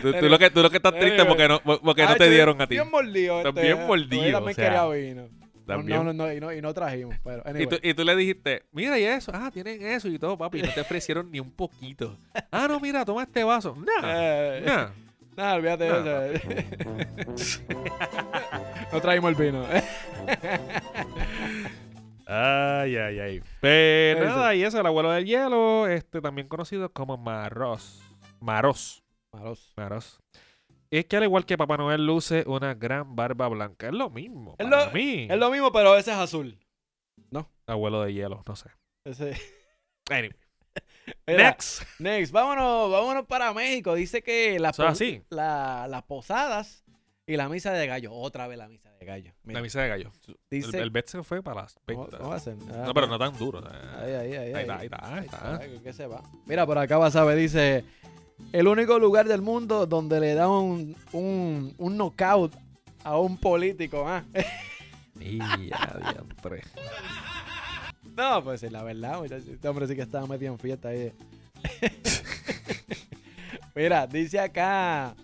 [SPEAKER 7] tú, tú lo que, tú lo que estás triste porque no, porque no
[SPEAKER 6] Ay,
[SPEAKER 7] te
[SPEAKER 6] Ah, yo-
[SPEAKER 7] dieron a ti.
[SPEAKER 6] Bien mordido.
[SPEAKER 7] Están
[SPEAKER 6] este,
[SPEAKER 7] bien
[SPEAKER 6] eh.
[SPEAKER 7] mordidos,
[SPEAKER 6] Yo también
[SPEAKER 7] o sea,
[SPEAKER 6] quería vino. No,
[SPEAKER 7] También.
[SPEAKER 6] No, no, no, y no, y no trajimos, pero.
[SPEAKER 7] Y
[SPEAKER 6] anyway.
[SPEAKER 7] tú, y tú le dijiste, mira, y eso, ah, tienen eso y todo, papi, y no te ofrecieron ni un poquito. Ah, no, mira, toma este vaso. Nah,
[SPEAKER 6] Eh,
[SPEAKER 7] nah.
[SPEAKER 6] (laughs) Nada, olvídate
[SPEAKER 7] Nah,
[SPEAKER 6] de eso.
[SPEAKER 7] Ah,
[SPEAKER 6] (laughs) no traímos el vino.
[SPEAKER 7] Ay, ay, ay. Pero
[SPEAKER 6] Eso.
[SPEAKER 7] nada, y eso, el abuelo del hielo, este también conocido como Maros. Maros.
[SPEAKER 6] Malos.
[SPEAKER 7] Maros. Es que al igual que Papá Noel luce una gran barba blanca. Es lo mismo.
[SPEAKER 6] Es
[SPEAKER 7] para
[SPEAKER 6] lo-
[SPEAKER 7] mí.
[SPEAKER 6] Es lo mismo, pero ese es azul.
[SPEAKER 7] Abuelo de hielo, no sé.
[SPEAKER 6] Ese-
[SPEAKER 7] Anyway.
[SPEAKER 6] Mira,
[SPEAKER 7] Next.
[SPEAKER 6] Next, vámonos, vámonos para México. Dice que las,
[SPEAKER 7] Eso es
[SPEAKER 6] pos-
[SPEAKER 7] así.
[SPEAKER 6] la- las posadas y la misa de gallo. Otra vez la misa de gallo. Mira,
[SPEAKER 7] La misa de gallo.
[SPEAKER 6] dice,
[SPEAKER 7] El, el bet se fue para las
[SPEAKER 6] ¿Cómo-
[SPEAKER 7] 20.
[SPEAKER 6] cómo hacen? Ah,
[SPEAKER 7] No, pero no tan duro.
[SPEAKER 6] Ahí, ahí, ahí.
[SPEAKER 7] Ahí está, ahí está, ahí está.
[SPEAKER 6] Ahí está, que se va. Mira, por acá vas a ver, dice: El único lugar del mundo donde le da un, un, un knockout a un político. ah. (laughs)
[SPEAKER 7] Y ya, diantre.
[SPEAKER 6] No, pues sí, la verdad, muchachos. Este hombre sí que estaba metido en fiesta ahí. (laughs) Mira, dice acá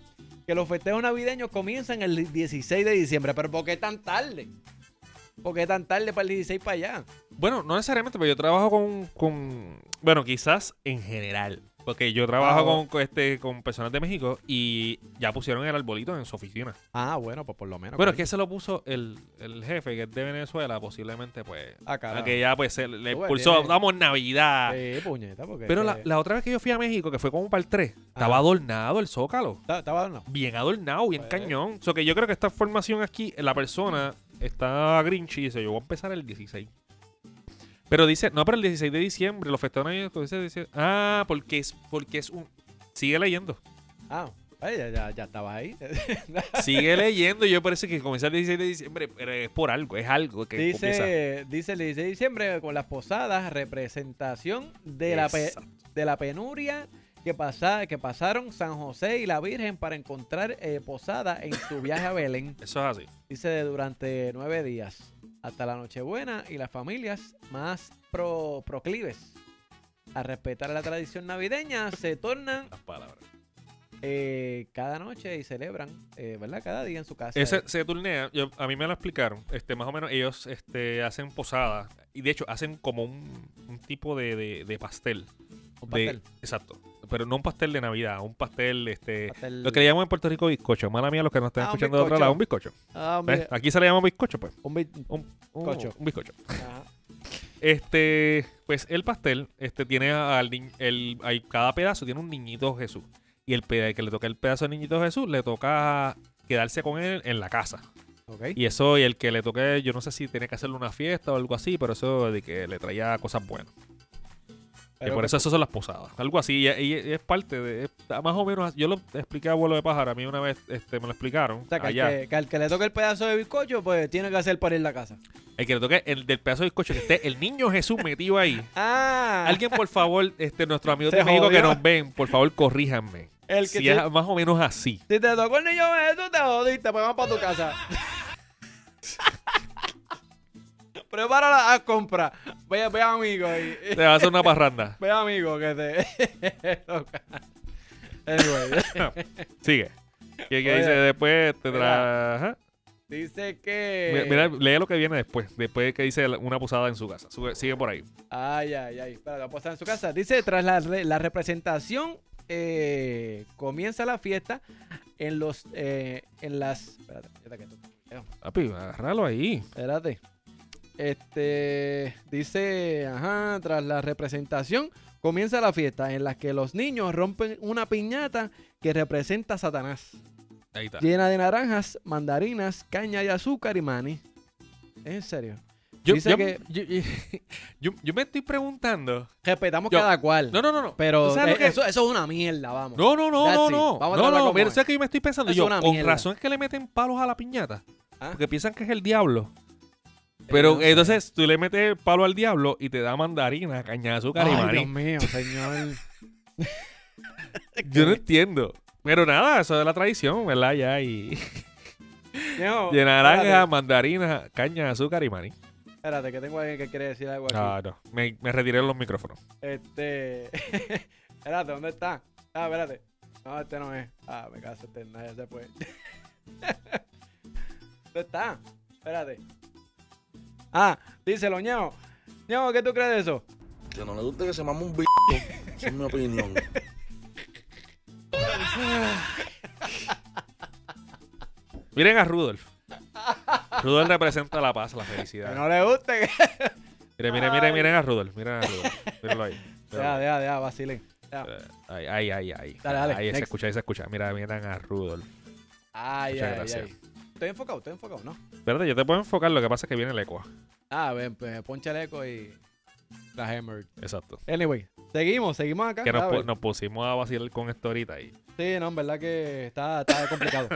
[SPEAKER 6] que los festejos navideños comienzan el 16 de diciembre. Pero ¿por qué tan tarde? ¿Por qué tan tarde para el 16 para allá?
[SPEAKER 7] Bueno, no necesariamente, pero yo trabajo con, con- Bueno, quizás en general. Porque yo trabajo
[SPEAKER 6] Ah,
[SPEAKER 7] con, con este, con personas de México y ya pusieron el arbolito en su oficina.
[SPEAKER 6] Ah, bueno, pues por lo menos.
[SPEAKER 7] Bueno, es que se lo puso el, el jefe, que es de Venezuela, posiblemente, pues.
[SPEAKER 6] Ah,
[SPEAKER 7] A
[SPEAKER 6] carajo.
[SPEAKER 7] que ya, pues, se le
[SPEAKER 6] Tú ves,
[SPEAKER 7] impulsó.
[SPEAKER 6] tiene-
[SPEAKER 7] Vamos, Navidad.
[SPEAKER 6] Sí, puñeta, porque.
[SPEAKER 7] Pero
[SPEAKER 6] es
[SPEAKER 7] la,
[SPEAKER 6] que-
[SPEAKER 7] la otra vez que yo fui a México, que fue como para el 3, estaba
[SPEAKER 6] Ajá.
[SPEAKER 7] adornado el zócalo.
[SPEAKER 6] Estaba- Estaba no.
[SPEAKER 7] Bien adornado, bien
[SPEAKER 6] Pues.
[SPEAKER 7] cañón. O sea, que yo creo que esta formación aquí, la persona está grinchy y dice, yo voy a empezar el 16. Pero dice, no, pero el 16 de diciembre, los festejos dice, dice, ah, porque es, porque es un... Sigue leyendo.
[SPEAKER 6] Ah, ay, ya, ya, ya estaba (laughs) ahí. (laughs)
[SPEAKER 7] Sigue leyendo. y Yo parece que comienza el 16 de diciembre, pero es por algo, es algo que comienza.
[SPEAKER 6] dice, dice el 16 de diciembre con las posadas, representación de la, pe-
[SPEAKER 7] Exacto.
[SPEAKER 6] de la penuria que, pasa, que pasaron San José y la Virgen para encontrar eh, posada en su viaje
[SPEAKER 7] (laughs)
[SPEAKER 6] a Belén.
[SPEAKER 7] Eso es así.
[SPEAKER 6] Dice durante nueve días, hasta la Nochebuena y las familias más pro- proclives a respetar la tradición navideña se tornan
[SPEAKER 7] Las palabras.
[SPEAKER 6] eh, cada noche y celebran, eh, ¿verdad? Cada día en su casa.
[SPEAKER 7] Ese se turnea, yo- a mí me lo explicaron, este, más o menos ellos este, hacen posada y de hecho hacen como un, un tipo de, de- de pastel.
[SPEAKER 6] Un
[SPEAKER 7] de-
[SPEAKER 6] pastel.
[SPEAKER 7] exacto, pero no un pastel de Navidad, un pastel, este,
[SPEAKER 6] Pastel-
[SPEAKER 7] lo que le llamamos en Puerto Rico bizcocho, mala mía los que nos están
[SPEAKER 6] Ah, un
[SPEAKER 7] escuchando de otro
[SPEAKER 6] bizcocho.
[SPEAKER 7] lado, un bizcocho.
[SPEAKER 6] Ah,
[SPEAKER 7] ¿Ves?
[SPEAKER 6] hombre,
[SPEAKER 7] Aquí se le llama bizcocho, pues.
[SPEAKER 6] un bit-
[SPEAKER 7] Un, un-
[SPEAKER 6] Cocho.
[SPEAKER 7] un bizcocho.
[SPEAKER 6] ajá.
[SPEAKER 7] Este, pues el pastel, este tiene al ni- el, hay- cada pedazo tiene un niñito Jesús. Y el, peda- que le toca el pedazo del niñito Jesús le toca quedarse con él en la casa.
[SPEAKER 6] Ok.
[SPEAKER 7] Y eso, y el que le toque, yo no sé si tenía que hacerle una fiesta o algo así, pero eso de que le traía cosas buenas. Y
[SPEAKER 6] Pero
[SPEAKER 7] por
[SPEAKER 6] que-
[SPEAKER 7] eso, eso son las posadas. Algo así. Y, y- y es parte de. es- más o menos. Yo lo expliqué a abuelo de pájaro. A mí una vez este, me lo explicaron.
[SPEAKER 6] O sea, que,
[SPEAKER 7] allá.
[SPEAKER 6] al que, que al que le toque el pedazo de bizcocho, pues tiene que hacer para ir a la casa.
[SPEAKER 7] El que le toque el del pedazo de bizcocho, que esté el niño Jesús metido ahí.
[SPEAKER 6] Ah,
[SPEAKER 7] Alguien, por favor, este, nuestros amigos
[SPEAKER 6] Se
[SPEAKER 7] de México que
[SPEAKER 6] jodió.
[SPEAKER 7] nos ven, por favor, corríjanme.
[SPEAKER 6] El que
[SPEAKER 7] si
[SPEAKER 6] te-
[SPEAKER 7] es más o menos así.
[SPEAKER 6] si te tocó el niño, eh, tú te jodiste, pues vamos para tu casa. (laughs) Prepara la a compra. Ve, ve amigo ahí.
[SPEAKER 7] Te va a hacer
[SPEAKER 6] (laughs)
[SPEAKER 7] una parranda.
[SPEAKER 6] Ve amigo que te. (laughs) toca. anyway, (laughs)
[SPEAKER 7] Sigue. ¿Qué, qué
[SPEAKER 6] Oye,
[SPEAKER 7] dice después? Te
[SPEAKER 6] mira.
[SPEAKER 7] tra... Ajá.
[SPEAKER 6] dice que.
[SPEAKER 7] Mira, mira, lee lo que viene después. Después que dice la- una posada en su casa. Sube- sigue por ahí.
[SPEAKER 6] Ay, ay, ay. Espera, la puedo estar en su casa. Dice, tras la, re- la representación eh, comienza la fiesta en los. eh, en las. Espérate, espérate,
[SPEAKER 7] Papi, agárralo ahí.
[SPEAKER 6] espérate. Este. Dice. Ajá, tras la representación. Comienza la fiesta en la que los niños rompen una piñata que representa a Satanás.
[SPEAKER 7] Ahí está.
[SPEAKER 6] Llena de naranjas, mandarinas, caña y azúcar y maní. En serio.
[SPEAKER 7] Yo,
[SPEAKER 6] Dice
[SPEAKER 7] yo-
[SPEAKER 6] que-
[SPEAKER 7] yo- (laughs) yo- yo me estoy preguntando.
[SPEAKER 6] Respetamos
[SPEAKER 7] Yo-
[SPEAKER 6] cada cual.
[SPEAKER 7] No, no, no, no.
[SPEAKER 6] Pero
[SPEAKER 7] ¿Tú sabes lo
[SPEAKER 6] eh,
[SPEAKER 7] que-
[SPEAKER 6] eso, eso es una mierda, vamos.
[SPEAKER 7] No, no, no,
[SPEAKER 6] That's
[SPEAKER 7] no,
[SPEAKER 6] it.
[SPEAKER 7] no.
[SPEAKER 6] Vamos a
[SPEAKER 7] no,
[SPEAKER 6] tratar
[SPEAKER 7] no,
[SPEAKER 6] como
[SPEAKER 7] mira,
[SPEAKER 6] es.
[SPEAKER 7] ¿sabes qué yo me estoy pensando?
[SPEAKER 6] Es
[SPEAKER 7] yo,
[SPEAKER 6] una
[SPEAKER 7] con
[SPEAKER 6] mierda.
[SPEAKER 7] razón es que le meten palos a la piñata.
[SPEAKER 6] Ah.
[SPEAKER 7] Porque piensan que es el diablo. Pero
[SPEAKER 6] Eh,
[SPEAKER 7] entonces tú le metes el palo al diablo y te da mandarina, caña de azúcar y
[SPEAKER 6] Ay,
[SPEAKER 7] maní.
[SPEAKER 6] Dios mío,
[SPEAKER 7] (laughs)
[SPEAKER 6] señor.
[SPEAKER 7] Yo no entiendo. Pero nada, eso es la tradición, ¿verdad? Ya, y
[SPEAKER 6] No,
[SPEAKER 7] de naranja,
[SPEAKER 6] Oh, espérate,
[SPEAKER 7] mandarina, caña de azúcar y maní.
[SPEAKER 6] Espérate, que tengo alguien que quiere decir algo aquí.
[SPEAKER 7] Ah, no. Me, me retiré los micrófonos.
[SPEAKER 6] Este. (laughs) espérate, ¿dónde está? Ah, espérate. No, este no es. Ah, me caso, este no, ya se fue. (laughs) ¿Dónde está? Espérate. Ah, díselo, ñao. Ñao, ¿qué tú crees de eso?
[SPEAKER 8] Que no le guste que se mame un bicho. Esa es mi opinión.
[SPEAKER 7] Miren a
[SPEAKER 6] (laughs)
[SPEAKER 7] Rudolf. Rudolf representa la paz, la felicidad.
[SPEAKER 6] Que no le guste. (laughs) Que...
[SPEAKER 7] Miren, miren, miren, miren a Rudolf. Miren a Rudolf.
[SPEAKER 6] (laughs)
[SPEAKER 7] Mírenlo ahí.
[SPEAKER 6] Ya, ya, ya, vacilen. Ya.
[SPEAKER 7] Eh, Ahí, ahí, ahí. ahí.
[SPEAKER 6] Dale, dale,
[SPEAKER 7] Ahí se
[SPEAKER 6] next.
[SPEAKER 7] escucha, ahí se escucha. Mira, miran a Rudolf.
[SPEAKER 6] Ay,
[SPEAKER 7] Muchas
[SPEAKER 6] ay,
[SPEAKER 7] gracias.
[SPEAKER 6] ay. Estoy enfocado, estoy enfocado, ¿no?
[SPEAKER 7] Espérate, yo te puedo enfocar. Lo que pasa es que viene el eco.
[SPEAKER 6] Ah, ven, pues poncha el eco y. La hammer.
[SPEAKER 7] Exacto.
[SPEAKER 6] Anyway, seguimos, seguimos acá.
[SPEAKER 7] Que nos,
[SPEAKER 6] ¿sabes?
[SPEAKER 7] pu- nos pusimos a vacilar con esto ahorita. Y...
[SPEAKER 6] Sí, no, en verdad que está, está
[SPEAKER 7] (laughs)
[SPEAKER 6] complicado.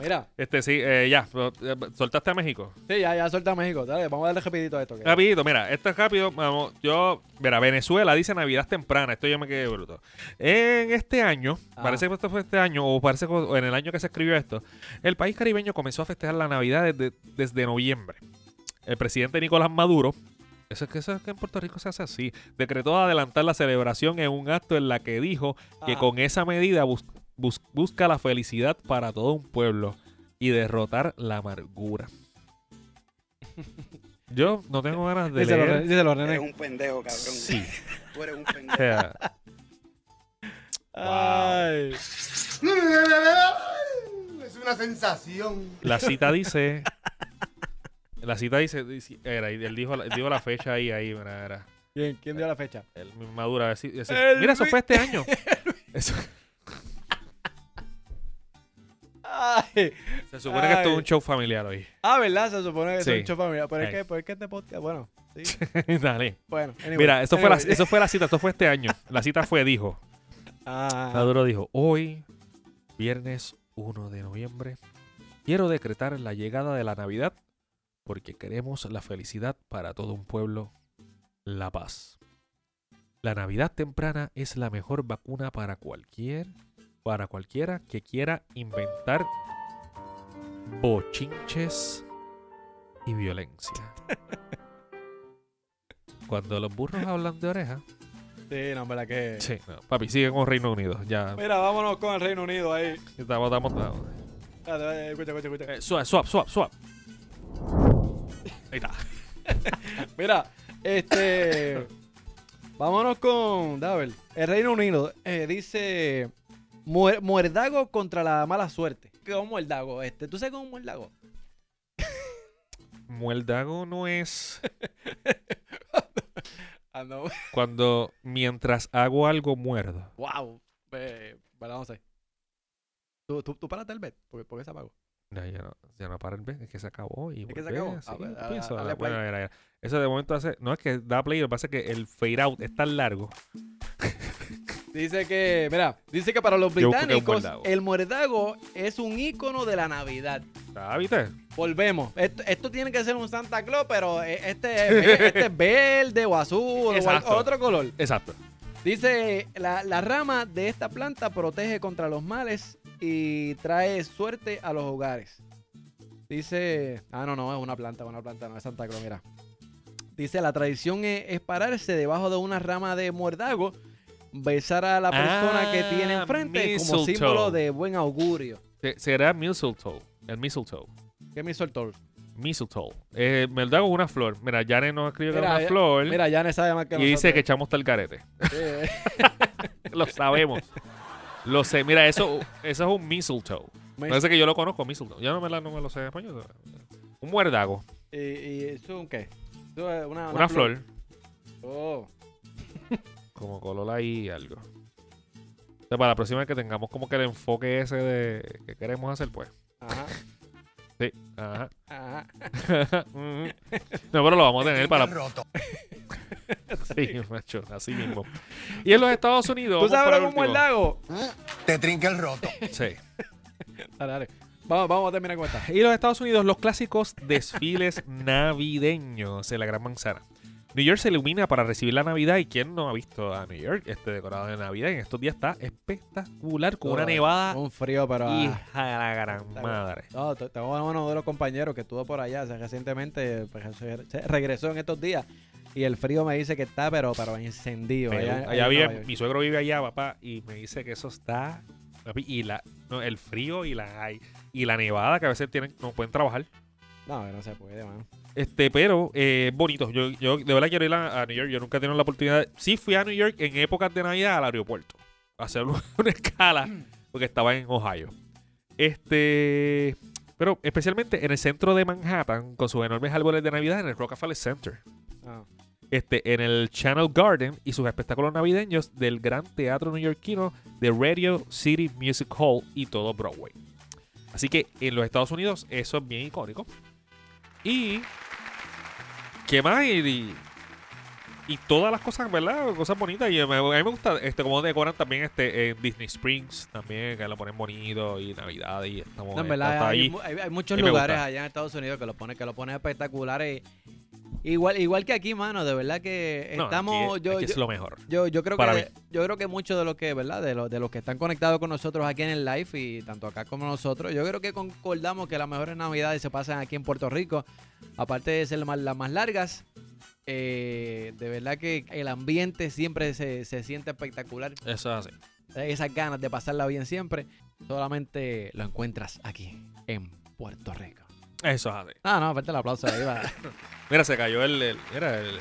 [SPEAKER 6] Mira,
[SPEAKER 7] Este, sí, eh, ya. so- eh, Soltaste a México.
[SPEAKER 6] sí, ya, ya suelta a México. Dale, vamos a darle rapidito a esto. que-
[SPEAKER 7] Rapidito, mira, esto es rápido. Vamos, yo, mira, Venezuela dice Navidad temprana. Esto yo me quedé bruto. En este año,
[SPEAKER 6] Ah.
[SPEAKER 7] parece que esto fue este año, o parece que o en el año que se escribió esto, el país caribeño comenzó a festejar la Navidad desde, desde noviembre. El presidente Nicolás Maduro, eso es que eso es que en Puerto Rico se hace así, decretó adelantar la celebración en un acto en la que dijo que
[SPEAKER 6] Ajá.
[SPEAKER 7] con esa medida bus- bus- busca la felicidad para todo un pueblo y derrotar la amargura. (laughs) Yo no tengo ganas de
[SPEAKER 6] díselo, René,
[SPEAKER 7] leer.
[SPEAKER 6] díselo, René.
[SPEAKER 9] un pendejo, cabrón.
[SPEAKER 7] Sí.
[SPEAKER 9] Tú eres un
[SPEAKER 7] O
[SPEAKER 9] pendejo.
[SPEAKER 7] sea,
[SPEAKER 6] Ay.
[SPEAKER 3] Es una sensación.
[SPEAKER 7] la cita dice. La cita dice. dice- era, y él dijo, la- dijo la fecha ahí, ahí, mira, era.
[SPEAKER 6] ¿Quién, quién dio la fecha?
[SPEAKER 7] El mismo Maduro. a ver si-
[SPEAKER 6] (laughs)
[SPEAKER 7] ese-
[SPEAKER 6] El
[SPEAKER 7] mira, eso
[SPEAKER 6] mi-
[SPEAKER 7] fue este año. Eso-
[SPEAKER 6] Ay.
[SPEAKER 7] se supone que esto
[SPEAKER 6] Ay.
[SPEAKER 7] es un show familiar hoy. (laughs)
[SPEAKER 6] Ah, ¿verdad? Se supone que
[SPEAKER 7] Sí.
[SPEAKER 6] es un show familiar. Pero es
[SPEAKER 7] Ay.
[SPEAKER 6] que, pero es que este podcast, bueno, sí.
[SPEAKER 7] Dale.
[SPEAKER 6] Bueno, anyway,
[SPEAKER 7] Mira, eso fue, la,
[SPEAKER 6] anyway.
[SPEAKER 7] eso fue la cita, esto fue este año. La cita fue, dijo.
[SPEAKER 6] Ah,
[SPEAKER 7] Maduro dijo, hoy, viernes 1 de noviembre, quiero decretar la llegada de la Navidad porque queremos la felicidad para todo un pueblo, la paz. La Navidad temprana es la mejor vacuna para cualquier, para cualquiera que quiera inventar bochinches y violencia. Cuando los burros hablan de oreja.
[SPEAKER 6] sí, no, en verdad que.
[SPEAKER 7] Sí, no, papi, sigue con Reino Unido. Ya,
[SPEAKER 6] Mira, vámonos con el Reino Unido ahí.
[SPEAKER 7] Estamos, estamos, estamos.
[SPEAKER 6] Espérate, espérate, Escucha, escucha, escucha.
[SPEAKER 7] Eh, swap, swap, swap, swap. Ahí está.
[SPEAKER 6] Mira, este. vámonos con. Dabel. El Reino Unido eh, dice. "Muer- muerdago contra la mala suerte. ¿Qué es un muerdago? Este, ¿Tú sabes cómo es un muerdago?
[SPEAKER 7] Mueldago no es
[SPEAKER 6] Ah, no. (laughs)
[SPEAKER 7] cuando mientras hago algo muerdo.
[SPEAKER 6] ¡Wow! Eh, bueno, no sé. ¿Tú, tú, tú párate el bet? porque porque se apagó?
[SPEAKER 7] No, ya no, ya no para el B, es que se acabó. Y
[SPEAKER 6] que se
[SPEAKER 7] vuelve,
[SPEAKER 6] acabó. Ah,
[SPEAKER 7] sí,
[SPEAKER 6] pues, dale,
[SPEAKER 7] pienso,
[SPEAKER 6] dale
[SPEAKER 7] dale,
[SPEAKER 6] play.
[SPEAKER 7] bueno, era, era. Eso de momento hace. No es que da play, lo que pasa es que el fade out es tan largo.
[SPEAKER 6] Dice que, mira, dice que para los
[SPEAKER 7] Yo busco que es un
[SPEAKER 6] británicos
[SPEAKER 7] muerdago.
[SPEAKER 6] el muerdago es un ícono de la Navidad.
[SPEAKER 7] Ah, ¿Viste?
[SPEAKER 6] Volvemos. Esto, esto tiene que ser un Santa Claus, pero eh, este es, (laughs) ve- este es verde o azul o al-
[SPEAKER 7] Exacto.
[SPEAKER 6] otro color.
[SPEAKER 7] Exacto.
[SPEAKER 6] Dice, la, la rama de esta planta protege contra los males y trae suerte a los hogares. Dice, ah, no, no, es una planta, es una planta, no es Santa Claus, mira. Dice, la tradición es, es pararse debajo de una rama de muerdago, besar a la persona que tiene
[SPEAKER 7] Ah,
[SPEAKER 6] enfrente como
[SPEAKER 7] mistletoe.
[SPEAKER 6] símbolo de buen augurio.
[SPEAKER 7] Se- Será mistletoe. El mistletoe.
[SPEAKER 6] ¿Qué me hizo el toro?
[SPEAKER 7] Mistletoe. Eh, Mueldago es una flor. Mira, Janet nos escribe que es
[SPEAKER 6] Mira,
[SPEAKER 7] una
[SPEAKER 6] eh,
[SPEAKER 7] flor.
[SPEAKER 6] Mira, ya no sabe más que eh,
[SPEAKER 7] y dice
[SPEAKER 6] nosotros.
[SPEAKER 7] que (laughs) echamos tal carete.
[SPEAKER 6] Sí, eh.
[SPEAKER 7] Lo sabemos. Lo sé, mira, eso, eso es un mistletoe. Parece que yo lo conozco, mistletoe. Ya no me, la- no me lo sé en español. eh, Un muerdago,
[SPEAKER 6] ¿Y, y eso es un qué? Eso es una,
[SPEAKER 7] una flor,
[SPEAKER 6] Oh.
[SPEAKER 7] como color ahí algo. O sea, para la próxima vez que tengamos como que el enfoque ese de que queremos hacer, pues.
[SPEAKER 6] Ajá.
[SPEAKER 7] Sí, ajá. (laughs)
[SPEAKER 6] Ajá.
[SPEAKER 7] Ujú. no, pero lo vamos a tener para.
[SPEAKER 3] roto.
[SPEAKER 7] (laughs) Sí, macho, así mismo. Y en los Estados Unidos.
[SPEAKER 6] ¿Tú
[SPEAKER 7] vamos para
[SPEAKER 6] sabes
[SPEAKER 7] el
[SPEAKER 6] cómo es el
[SPEAKER 7] último.
[SPEAKER 6] lago?
[SPEAKER 3] Te trinca el roto.
[SPEAKER 7] Sí.
[SPEAKER 6] Dale, dale. Vamos, vamos a terminar con esta.
[SPEAKER 7] Y en los Estados Unidos, los clásicos desfiles (laughs) navideños en la Gran Manzana. New York se ilumina para recibir la Navidad y quien no ha visto a New York este decorado de Navidad en estos días está espectacular con una
[SPEAKER 6] Todo,
[SPEAKER 7] nevada
[SPEAKER 6] Un frío, pero. ah,
[SPEAKER 7] hija de la gran
[SPEAKER 6] está
[SPEAKER 7] madre.
[SPEAKER 6] No, te- tengo a uno de los compañeros que estuvo por allá o sea, recientemente, pues, se- se regresó en estos días y el frío me dice que está, pero, pero encendido.
[SPEAKER 7] Me-
[SPEAKER 6] allá,
[SPEAKER 7] allá
[SPEAKER 6] allá en
[SPEAKER 7] vive-
[SPEAKER 6] Nueva York.
[SPEAKER 7] mi suegro vive allá, papá, y me dice que eso está papi, y la no, el frío y la y la nevada que a veces tienen no pueden trabajar.
[SPEAKER 6] No, no se puede, mano.
[SPEAKER 7] Este, pero eh, bonito. Yo, yo de verdad quiero ir a, a New York. Yo nunca he tenido la oportunidad. Sí fui a New York en épocas de Navidad al aeropuerto. A hacer una (laughs) escala. Porque estaba en Ohio. Este. Pero especialmente en el centro de Manhattan, con sus enormes árboles de Navidad, en el Rockefeller Center.
[SPEAKER 6] Ah.
[SPEAKER 7] Este, en el Channel Garden y sus espectáculos navideños del gran teatro neoyorquino de Radio City Music Hall y todo Broadway. Así que en los Estados Unidos eso es bien icónico. Y. ¿Qué más? Y, y- y todas las cosas, ¿verdad? Cosas bonitas. Y me- a mí me gusta este, cómo decoran también este, en Disney Springs, también, que lo ponen bonito y Navidad y estamos
[SPEAKER 6] No, en
[SPEAKER 7] está
[SPEAKER 6] verdad, hay,
[SPEAKER 7] ahí.
[SPEAKER 6] mu- hay- hay muchos
[SPEAKER 7] Y me
[SPEAKER 6] lugares
[SPEAKER 7] gusta.
[SPEAKER 6] allá en Estados Unidos que lo ponen, que lo ponen espectaculares. Igual, igual que aquí, mano, de verdad que
[SPEAKER 7] No,
[SPEAKER 6] estamos.
[SPEAKER 7] aquí-
[SPEAKER 6] yo,
[SPEAKER 7] aquí
[SPEAKER 6] yo-
[SPEAKER 7] es lo mejor.
[SPEAKER 6] Yo, yo creo
[SPEAKER 7] Para
[SPEAKER 6] que yo creo que muchos de los que, ¿verdad? De los de los que están conectados con nosotros aquí en el live y tanto acá como nosotros, yo creo que concordamos que las mejores navidades se pasan aquí en Puerto Rico. Aparte de ser más- las más largas, eh, de verdad que el ambiente siempre se, se siente espectacular.
[SPEAKER 7] Eso es así.
[SPEAKER 6] Esas ganas de pasarla bien siempre, solamente lo encuentras aquí en Puerto Rico.
[SPEAKER 7] Eso es así.
[SPEAKER 6] Ah, no, aparte el aplauso ahí va.
[SPEAKER 7] Mira, se cayó el. el- mira, el, el-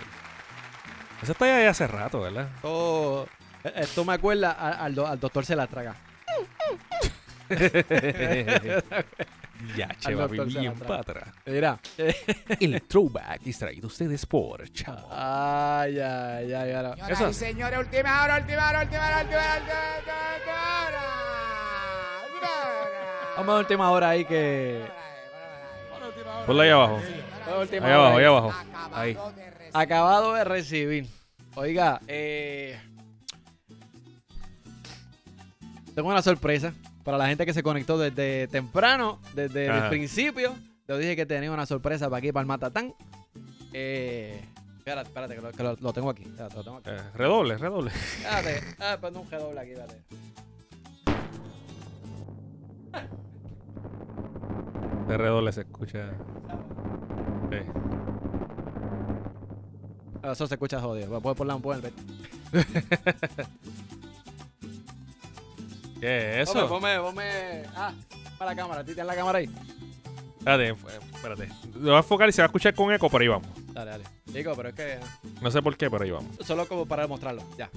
[SPEAKER 7] Ese está ya de hace rato, ¿verdad?
[SPEAKER 6] Todo- Oh, esto me acuerda a- al, do- al doctor se la traga.
[SPEAKER 7] ya,
[SPEAKER 6] Al
[SPEAKER 7] che, papi,
[SPEAKER 6] doctor se la
[SPEAKER 7] bien
[SPEAKER 6] traga.
[SPEAKER 7] para atrás.
[SPEAKER 6] Mira.
[SPEAKER 7] El throwback distraído ustedes por chavo.
[SPEAKER 6] Ay, ay, ay, ahora.
[SPEAKER 7] Eso es.
[SPEAKER 9] Señores, última hora, última hora, última hora, última hora, última hora, última hora, última hora.
[SPEAKER 6] Vamos a última hora ahí que.
[SPEAKER 7] Ponlo ahí abajo.
[SPEAKER 6] Última
[SPEAKER 7] Ahí
[SPEAKER 6] hora
[SPEAKER 7] abajo,
[SPEAKER 6] ahí.
[SPEAKER 7] ahí abajo. Ahí.
[SPEAKER 6] Acabado de recibir. Oiga, eh. Tengo una sorpresa para la gente que se conectó desde temprano, desde el
[SPEAKER 7] Ajá.
[SPEAKER 6] principio. Les dije que tenía una sorpresa para aquí, para el Matatán. Eh. Espérate, espérate, que lo, que lo- lo tengo aquí. Espérate, lo tengo aquí.
[SPEAKER 7] Eh, redoble, redoble.
[SPEAKER 6] Espérate, ah, pon un redoble aquí, espérate.
[SPEAKER 7] De redoble se escucha. Sí.
[SPEAKER 6] Ah, Eso se escucha jodido. Puedes poner un puente.
[SPEAKER 7] ¿Qué es
[SPEAKER 6] Ponme,
[SPEAKER 7] eso?
[SPEAKER 6] ponme, ponme. Ah, para la cámara, tita en la cámara ahí.
[SPEAKER 7] Espérate, eh, espérate. Lo va a enfocar y se va a escuchar con eco, pero ahí vamos.
[SPEAKER 6] Dale, dale. Digo, pero es que. eh,
[SPEAKER 7] No sé por qué, pero ahí vamos.
[SPEAKER 6] Solo como para mostrarlo. Ya.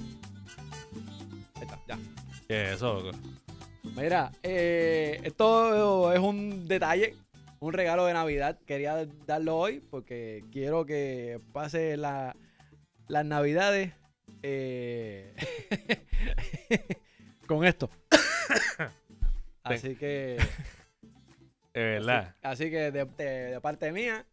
[SPEAKER 6] Ahí está, ya.
[SPEAKER 7] ¿Qué es eso? loco?
[SPEAKER 6] Mira, eh, esto es un detalle, un regalo de Navidad. Quería darlo hoy porque quiero que pase la- las Navidades eh, (laughs) con
[SPEAKER 7] (coughs)
[SPEAKER 6] esto. Así que.
[SPEAKER 7] De verdad.
[SPEAKER 6] Así que de, de- de parte mía.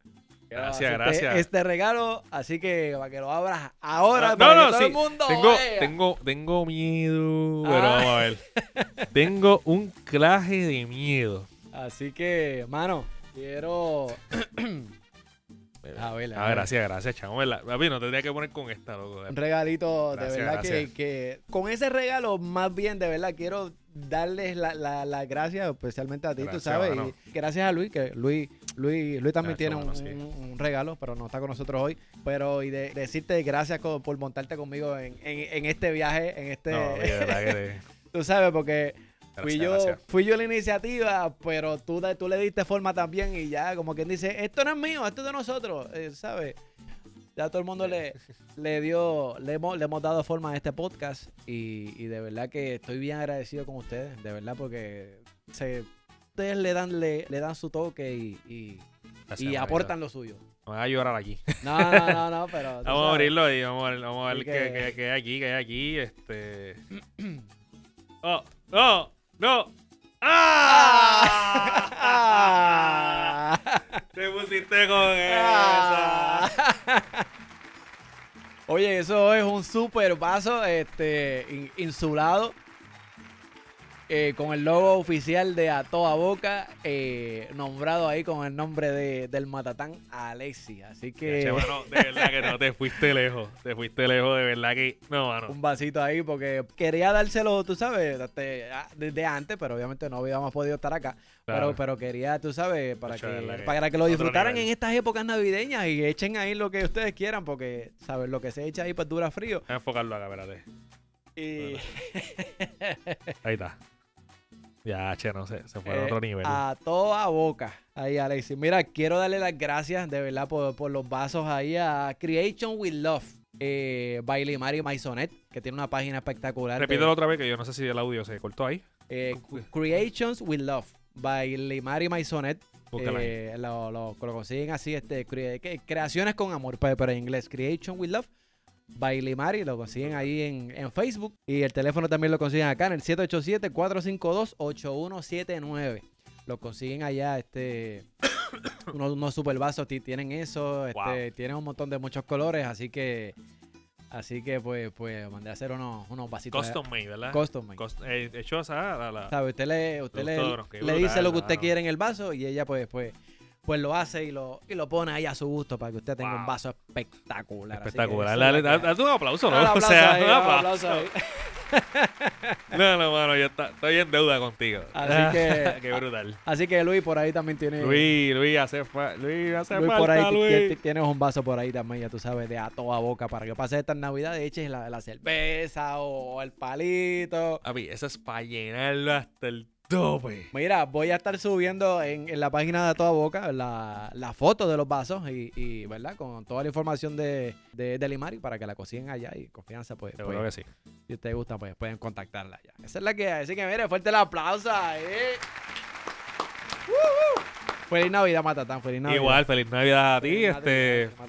[SPEAKER 6] quiero
[SPEAKER 7] Gracias,
[SPEAKER 6] hacerte
[SPEAKER 7] gracias.
[SPEAKER 6] Este regalo, así que para que lo abras ahora
[SPEAKER 7] Ah,
[SPEAKER 6] para que
[SPEAKER 7] no, no,
[SPEAKER 6] todo
[SPEAKER 7] sí.
[SPEAKER 6] el mundo
[SPEAKER 7] Tengo,
[SPEAKER 6] vea.
[SPEAKER 7] tengo, tengo miedo.
[SPEAKER 6] Ah.
[SPEAKER 7] Pero vamos a ver.
[SPEAKER 6] (laughs)
[SPEAKER 7] tengo un claje de miedo.
[SPEAKER 6] Así que, mano, quiero. (clears throat) A ver, a
[SPEAKER 7] Ah,
[SPEAKER 6] ver.
[SPEAKER 7] gracias, gracias, chamo. ¿verdad? Papi, no tendría que poner con esta, loco. Este-
[SPEAKER 6] Un regalito
[SPEAKER 7] Gracias,
[SPEAKER 6] de verdad que,
[SPEAKER 7] gracias.
[SPEAKER 6] que con ese regalo más bien de verdad quiero darles las la, las gracias especialmente a ti,
[SPEAKER 7] Gracias,
[SPEAKER 6] tú sabes,
[SPEAKER 7] mano.
[SPEAKER 6] y gracias a Luis que Luis Luis, Luis también
[SPEAKER 7] Gracias,
[SPEAKER 6] tiene
[SPEAKER 7] mano,
[SPEAKER 6] un,
[SPEAKER 7] sí.
[SPEAKER 6] un- un regalo, pero no está con nosotros hoy, pero y de, decirte gracias co- por montarte conmigo en, en- en este viaje, en este
[SPEAKER 7] No, de verdad (laughs) que te-
[SPEAKER 6] (laughs) tú sabes porque Fui
[SPEAKER 7] Gracias,
[SPEAKER 6] yo,
[SPEAKER 7] gracias.
[SPEAKER 6] fui yo la iniciativa, pero tú, da- tú le diste forma también y ya, como quien dice, esto no es mío, esto es de nosotros, eh, ¿sabes? ya todo el mundo
[SPEAKER 7] (laughs)
[SPEAKER 6] le, le dio, le hemos, le hemos dado forma a este podcast y, y de verdad que estoy bien agradecido con ustedes, de verdad, porque se, ustedes le dan, le, le dan su toque y, y, y aportan lo
[SPEAKER 7] (laughs)
[SPEAKER 6] suyo.
[SPEAKER 7] Me voy a llorar aquí.
[SPEAKER 6] No, no, no, no, pero... tú
[SPEAKER 7] Vamos a
[SPEAKER 6] sabes.
[SPEAKER 7] abrirlo y vamos a ver, vamos a ver
[SPEAKER 6] Así
[SPEAKER 7] qué,
[SPEAKER 6] que-
[SPEAKER 7] qué- qué hay aquí, qué hay aquí. Este. (clears throat) ¡Oh! ¡No! ¡No! ¡Ah!
[SPEAKER 6] (laughs)
[SPEAKER 7] (laughs) Te pusiste con
[SPEAKER 6] Ah.
[SPEAKER 7] esa.
[SPEAKER 6] (laughs) Oye, eso es un super vaso este, in- insulado eh, con el logo oficial de A Toda Boca, eh, nombrado ahí con el nombre de- del matatán Alexi. Así
[SPEAKER 7] Che,
[SPEAKER 6] que
[SPEAKER 7] mano, de verdad que no te fuiste lejos. Te fuiste lejos, de verdad que.
[SPEAKER 6] (laughs)
[SPEAKER 7] No, mano.
[SPEAKER 6] un vasito ahí porque quería dárselo, tú sabes, este, a- desde antes, pero obviamente no habíamos podido estar acá.
[SPEAKER 7] Claro.
[SPEAKER 6] Pero, pero quería, tú sabes, para,
[SPEAKER 7] Mucho
[SPEAKER 6] que,
[SPEAKER 7] de la que-
[SPEAKER 6] para que lo
[SPEAKER 7] otro
[SPEAKER 6] disfrutaran
[SPEAKER 7] nivel.
[SPEAKER 6] en estas épocas navideñas y echen ahí lo que ustedes quieran porque, ¿sabes? Lo que se echa ahí pues dura frío.
[SPEAKER 7] Voy a enfocarlo acá, espérate.
[SPEAKER 6] Y...
[SPEAKER 7] Ahí está. Ya, che, no sé. Se fue a
[SPEAKER 6] Eh,
[SPEAKER 7] otro nivel.
[SPEAKER 6] A toda boca. Ahí, Alexis. Mira, quiero darle las gracias de verdad por, por los vasos ahí a Creation with Love. Eh, Bailey Mari Maisonet, que tiene una página espectacular. de-
[SPEAKER 7] Repítelo otra vez que yo no sé si el audio se cortó ahí.
[SPEAKER 6] eh, Creations with Love. Bailey Mari Maisonet.
[SPEAKER 7] Búscala ahí.
[SPEAKER 6] Eh, lo, lo- lo consiguen así, este, cre- que- creaciones con amor, pe- pero en inglés, Creation with Love, by Limari, lo consiguen ahí en, en Facebook y el teléfono también lo consiguen acá en el 787-452-8179. Lo consiguen allá, este, (coughs) unos, unos super vasos ti- tienen eso, este,
[SPEAKER 7] Wow.
[SPEAKER 6] tienen un montón de muchos colores, así que, así que pues, pues mandé a hacer unos, unos vasitos. de-
[SPEAKER 7] Custom made, ¿verdad?
[SPEAKER 6] Custom, man.
[SPEAKER 7] Cust- eh, hecho, o sea, la- la-
[SPEAKER 6] ¿Sabe? Usted le, usted le,
[SPEAKER 7] Productor, qué
[SPEAKER 6] le dice
[SPEAKER 7] brutal,
[SPEAKER 6] lo que usted
[SPEAKER 7] mano.
[SPEAKER 6] quiere en el vaso y ella pues, pues, pues lo hace y lo, y lo pone ahí a su gusto para que usted tenga un
[SPEAKER 7] Wow.
[SPEAKER 6] vaso espectacular. Así que
[SPEAKER 7] espectacular.
[SPEAKER 6] eso
[SPEAKER 7] Dale,
[SPEAKER 6] es lo
[SPEAKER 7] dale,
[SPEAKER 6] que hay.
[SPEAKER 7] date un aplauso, ¿no?
[SPEAKER 6] Dale un
[SPEAKER 7] (laughs) o
[SPEAKER 6] aplauso
[SPEAKER 7] sea,
[SPEAKER 6] ahí,
[SPEAKER 7] un
[SPEAKER 6] dale un
[SPEAKER 7] aplauso.
[SPEAKER 6] aplauso ahí.
[SPEAKER 7] (laughs) No, no, mano, yo está- estoy en deuda contigo.
[SPEAKER 6] Así que-
[SPEAKER 7] (laughs) Qué brutal.
[SPEAKER 6] Así que Luis por ahí también tiene...
[SPEAKER 7] Luis, Luis, hace, fa- Luis, hace
[SPEAKER 6] Luis,
[SPEAKER 7] falta,
[SPEAKER 6] por ahí ti- ti- ti-
[SPEAKER 7] Luis.
[SPEAKER 6] tienes un vaso por ahí también, ya tú sabes, de a toda boca para que pase estas navidades, eches la, la cerveza o, o el palito.
[SPEAKER 7] Papi, eso es para llenarlo hasta el tope.
[SPEAKER 6] Mira, voy a estar subiendo en, en la página de A Toda Boca la, la foto de los vasos y, y, ¿verdad? Con toda la información de, de, de Limari para que la cocinen allá y confianza, pues,
[SPEAKER 7] Seguro
[SPEAKER 6] pues,
[SPEAKER 7] que sí.
[SPEAKER 6] si te gusta, pues pueden contactarla ya. Esa es la que hay. Así que, mire, fuerte el aplauso ahí. ¡Woo! Feliz Navidad, Matatán. Feliz Navidad.
[SPEAKER 7] Igual, feliz Navidad a ti,
[SPEAKER 6] Feliz
[SPEAKER 7] este,
[SPEAKER 6] Navidad,
[SPEAKER 7] feliz Navidad,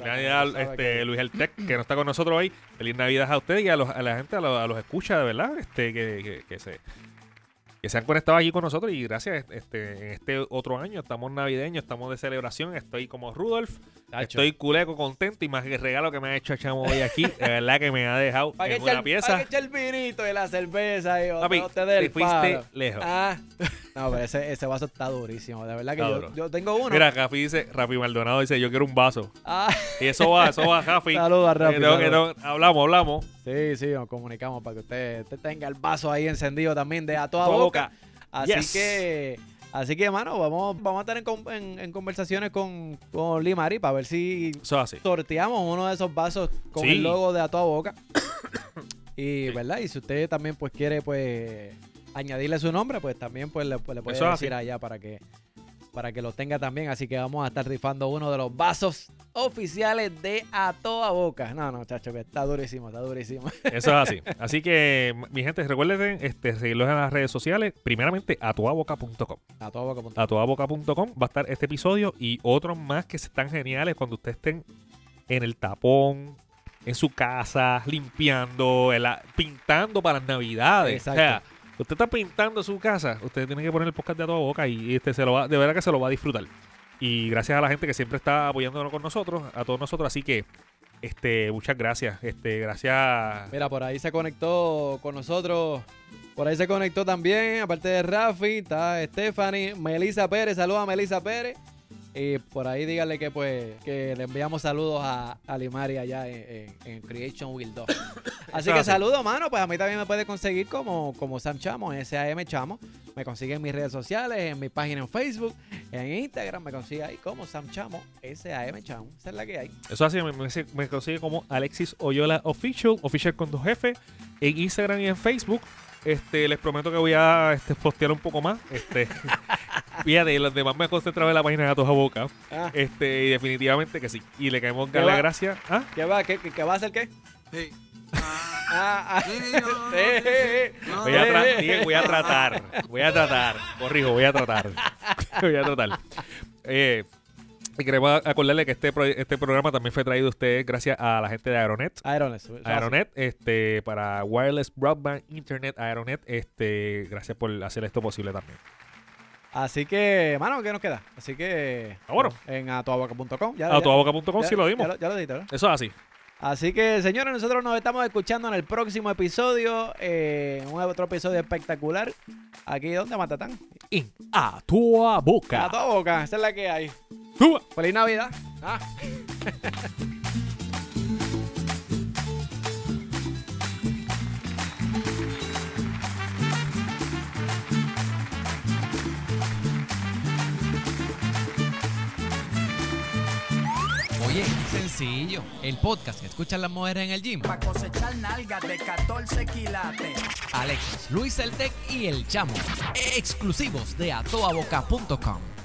[SPEAKER 6] Navidad,
[SPEAKER 7] este,
[SPEAKER 6] sabe que-
[SPEAKER 7] Luis el Tech, que no está con nosotros hoy. Feliz Navidad a ustedes y a, los- a la gente, a los, a los escucha, de verdad, este, que, que- que se, que se han conectado aquí con nosotros y gracias, este, en este otro año estamos navideños, estamos de celebración, estoy como Rudolf,
[SPEAKER 6] Tacho.
[SPEAKER 7] estoy culeco, contento y más que el regalo que me ha hecho Chamo hoy aquí, de verdad que me ha dejado
[SPEAKER 6] Pa' que
[SPEAKER 7] en
[SPEAKER 6] eche
[SPEAKER 7] una
[SPEAKER 6] el- pa' que
[SPEAKER 7] pieza.
[SPEAKER 6] eche el vinito y la cerveza y
[SPEAKER 7] Papi,
[SPEAKER 6] no te dé el
[SPEAKER 7] te fuiste
[SPEAKER 6] palo.
[SPEAKER 7] lejos.
[SPEAKER 6] Ah. No, pero ese, ese vaso está durísimo. De verdad que
[SPEAKER 7] Está
[SPEAKER 6] yo,
[SPEAKER 7] duro.
[SPEAKER 6] yo tengo uno.
[SPEAKER 7] Mira, Rafi dice, Rafi Maldonado dice, yo quiero un vaso.
[SPEAKER 6] Ah.
[SPEAKER 7] Y eso va, eso va, Rafi.
[SPEAKER 6] Saludos a
[SPEAKER 7] Que
[SPEAKER 6] Rafi,
[SPEAKER 7] tengo que-
[SPEAKER 6] saludos.
[SPEAKER 7] tengo- hablamos, hablamos.
[SPEAKER 6] Sí, sí, nos comunicamos para que usted, usted tenga el vaso ahí encendido también de a toda,
[SPEAKER 7] Toda
[SPEAKER 6] boca. Así
[SPEAKER 7] Yes.
[SPEAKER 6] que, así que, mano, vamos, vamos a estar en, con- en- en conversaciones con, con Limari para ver si
[SPEAKER 7] Eso es así.
[SPEAKER 6] sorteamos uno de esos vasos con
[SPEAKER 7] Sí.
[SPEAKER 6] el logo de a toda boca. y, ¿verdad? Y si usted también pues quiere pues añadirle su nombre, pues también pues le, pues, le puede
[SPEAKER 7] Eso es así.
[SPEAKER 6] decir allá para que para que lo tenga también, así que vamos a estar rifando uno de los vasos oficiales de A Toda Boca. No, no, chacho, que está durísimo, está durísimo.
[SPEAKER 7] Eso es así. Así que, m- mi gente, recuerden este, seguirlos en las redes sociales. Primeramente, atuaboca.com.
[SPEAKER 6] A toda boca. punto-
[SPEAKER 7] Atuaboca.com va a estar este episodio y otros más que están geniales cuando ustedes estén en el tapón, en su casa, limpiando, en la- pintando para las navidades.
[SPEAKER 6] Exacto.
[SPEAKER 7] O sea, usted está pintando su casa, usted tiene que poner el podcast de a toda boca y este se lo va, de verdad que se lo va a disfrutar. Y gracias a la gente que siempre está apoyándonos con nosotros, a todos nosotros. Así que, este, muchas gracias. Este, gracias.
[SPEAKER 6] Mira, por ahí se conectó con nosotros. Por ahí se conectó también, aparte de Rafi, está Stephanie, Melisa Pérez, saludos a Melisa Pérez. Y por ahí dígale que pues que le enviamos saludos a, a Limari allá en, en- en Creation Will 2. Así que
[SPEAKER 7] así.
[SPEAKER 6] saludos, mano. Pues a mí también me puede conseguir como, como Sam Chamo, S-A-M Chamo. Me consigue en mis redes sociales, en mi página en Facebook, en Instagram. Me consigue ahí como Sam Chamo, S-A-M Chamo. Esa es la que hay.
[SPEAKER 7] Eso así me, me- me consigue como Alexis Oyola Official, Official con dos F, en Instagram y en Facebook. Este, les prometo que voy a este, postear un poco más. Este, Fíjate, y los demás me concentraba en la página de Gatos a Boca.
[SPEAKER 6] Ah,
[SPEAKER 7] Este, y definitivamente que sí. Y le caemos
[SPEAKER 6] ¿Qué
[SPEAKER 7] la
[SPEAKER 6] va?
[SPEAKER 7] gracia. ¿Ah?
[SPEAKER 6] ¿Qué va? ¿Qué, qué, qué va a hacer qué?
[SPEAKER 10] Sí.
[SPEAKER 6] Ah, ah.
[SPEAKER 10] Sí, no,
[SPEAKER 6] (laughs)
[SPEAKER 10] no, no,
[SPEAKER 6] Eh, eh, eh.
[SPEAKER 10] no,
[SPEAKER 7] Voy a, tra- Miguel, voy a tratar. Voy a tratar. Corrijo, voy a tratar. (laughs) voy a tratar. Eh, y queremos acordarle que este, pro- este programa también fue traído a ustedes gracias a la gente de Aeronet.
[SPEAKER 6] Aerones. eso hace.
[SPEAKER 7] Aeronet, este, para Wireless Broadband Internet Aeronet, este, gracias por hacer esto posible también.
[SPEAKER 6] Así que, mano, ¿qué nos queda? Así que.
[SPEAKER 7] Ah, bueno.
[SPEAKER 6] En atuaboca.com. ya-
[SPEAKER 7] A
[SPEAKER 6] ya-
[SPEAKER 7] tuaboca.com
[SPEAKER 6] ya-
[SPEAKER 7] sí lo dimos.
[SPEAKER 6] Ya, ya lo dijiste, ¿verdad?
[SPEAKER 7] Eso es así.
[SPEAKER 6] Así que, señores, nosotros nos estamos escuchando en el próximo episodio. eh, un otro episodio espectacular. Aquí, ¿dónde, Matatán?
[SPEAKER 7] En A Tua
[SPEAKER 6] A
[SPEAKER 7] Boca.
[SPEAKER 6] toda boca. Esa es la que hay.
[SPEAKER 7] Tua.
[SPEAKER 6] Feliz Navidad. Ah.
[SPEAKER 5] Oye, sencillo. El podcast que escuchan las mujeres en el gym.
[SPEAKER 9] Para cosechar nalgas de 14 quilates.
[SPEAKER 5] Alexis, Luis El Tech y El Chamo. Exclusivos de atoaboca.com.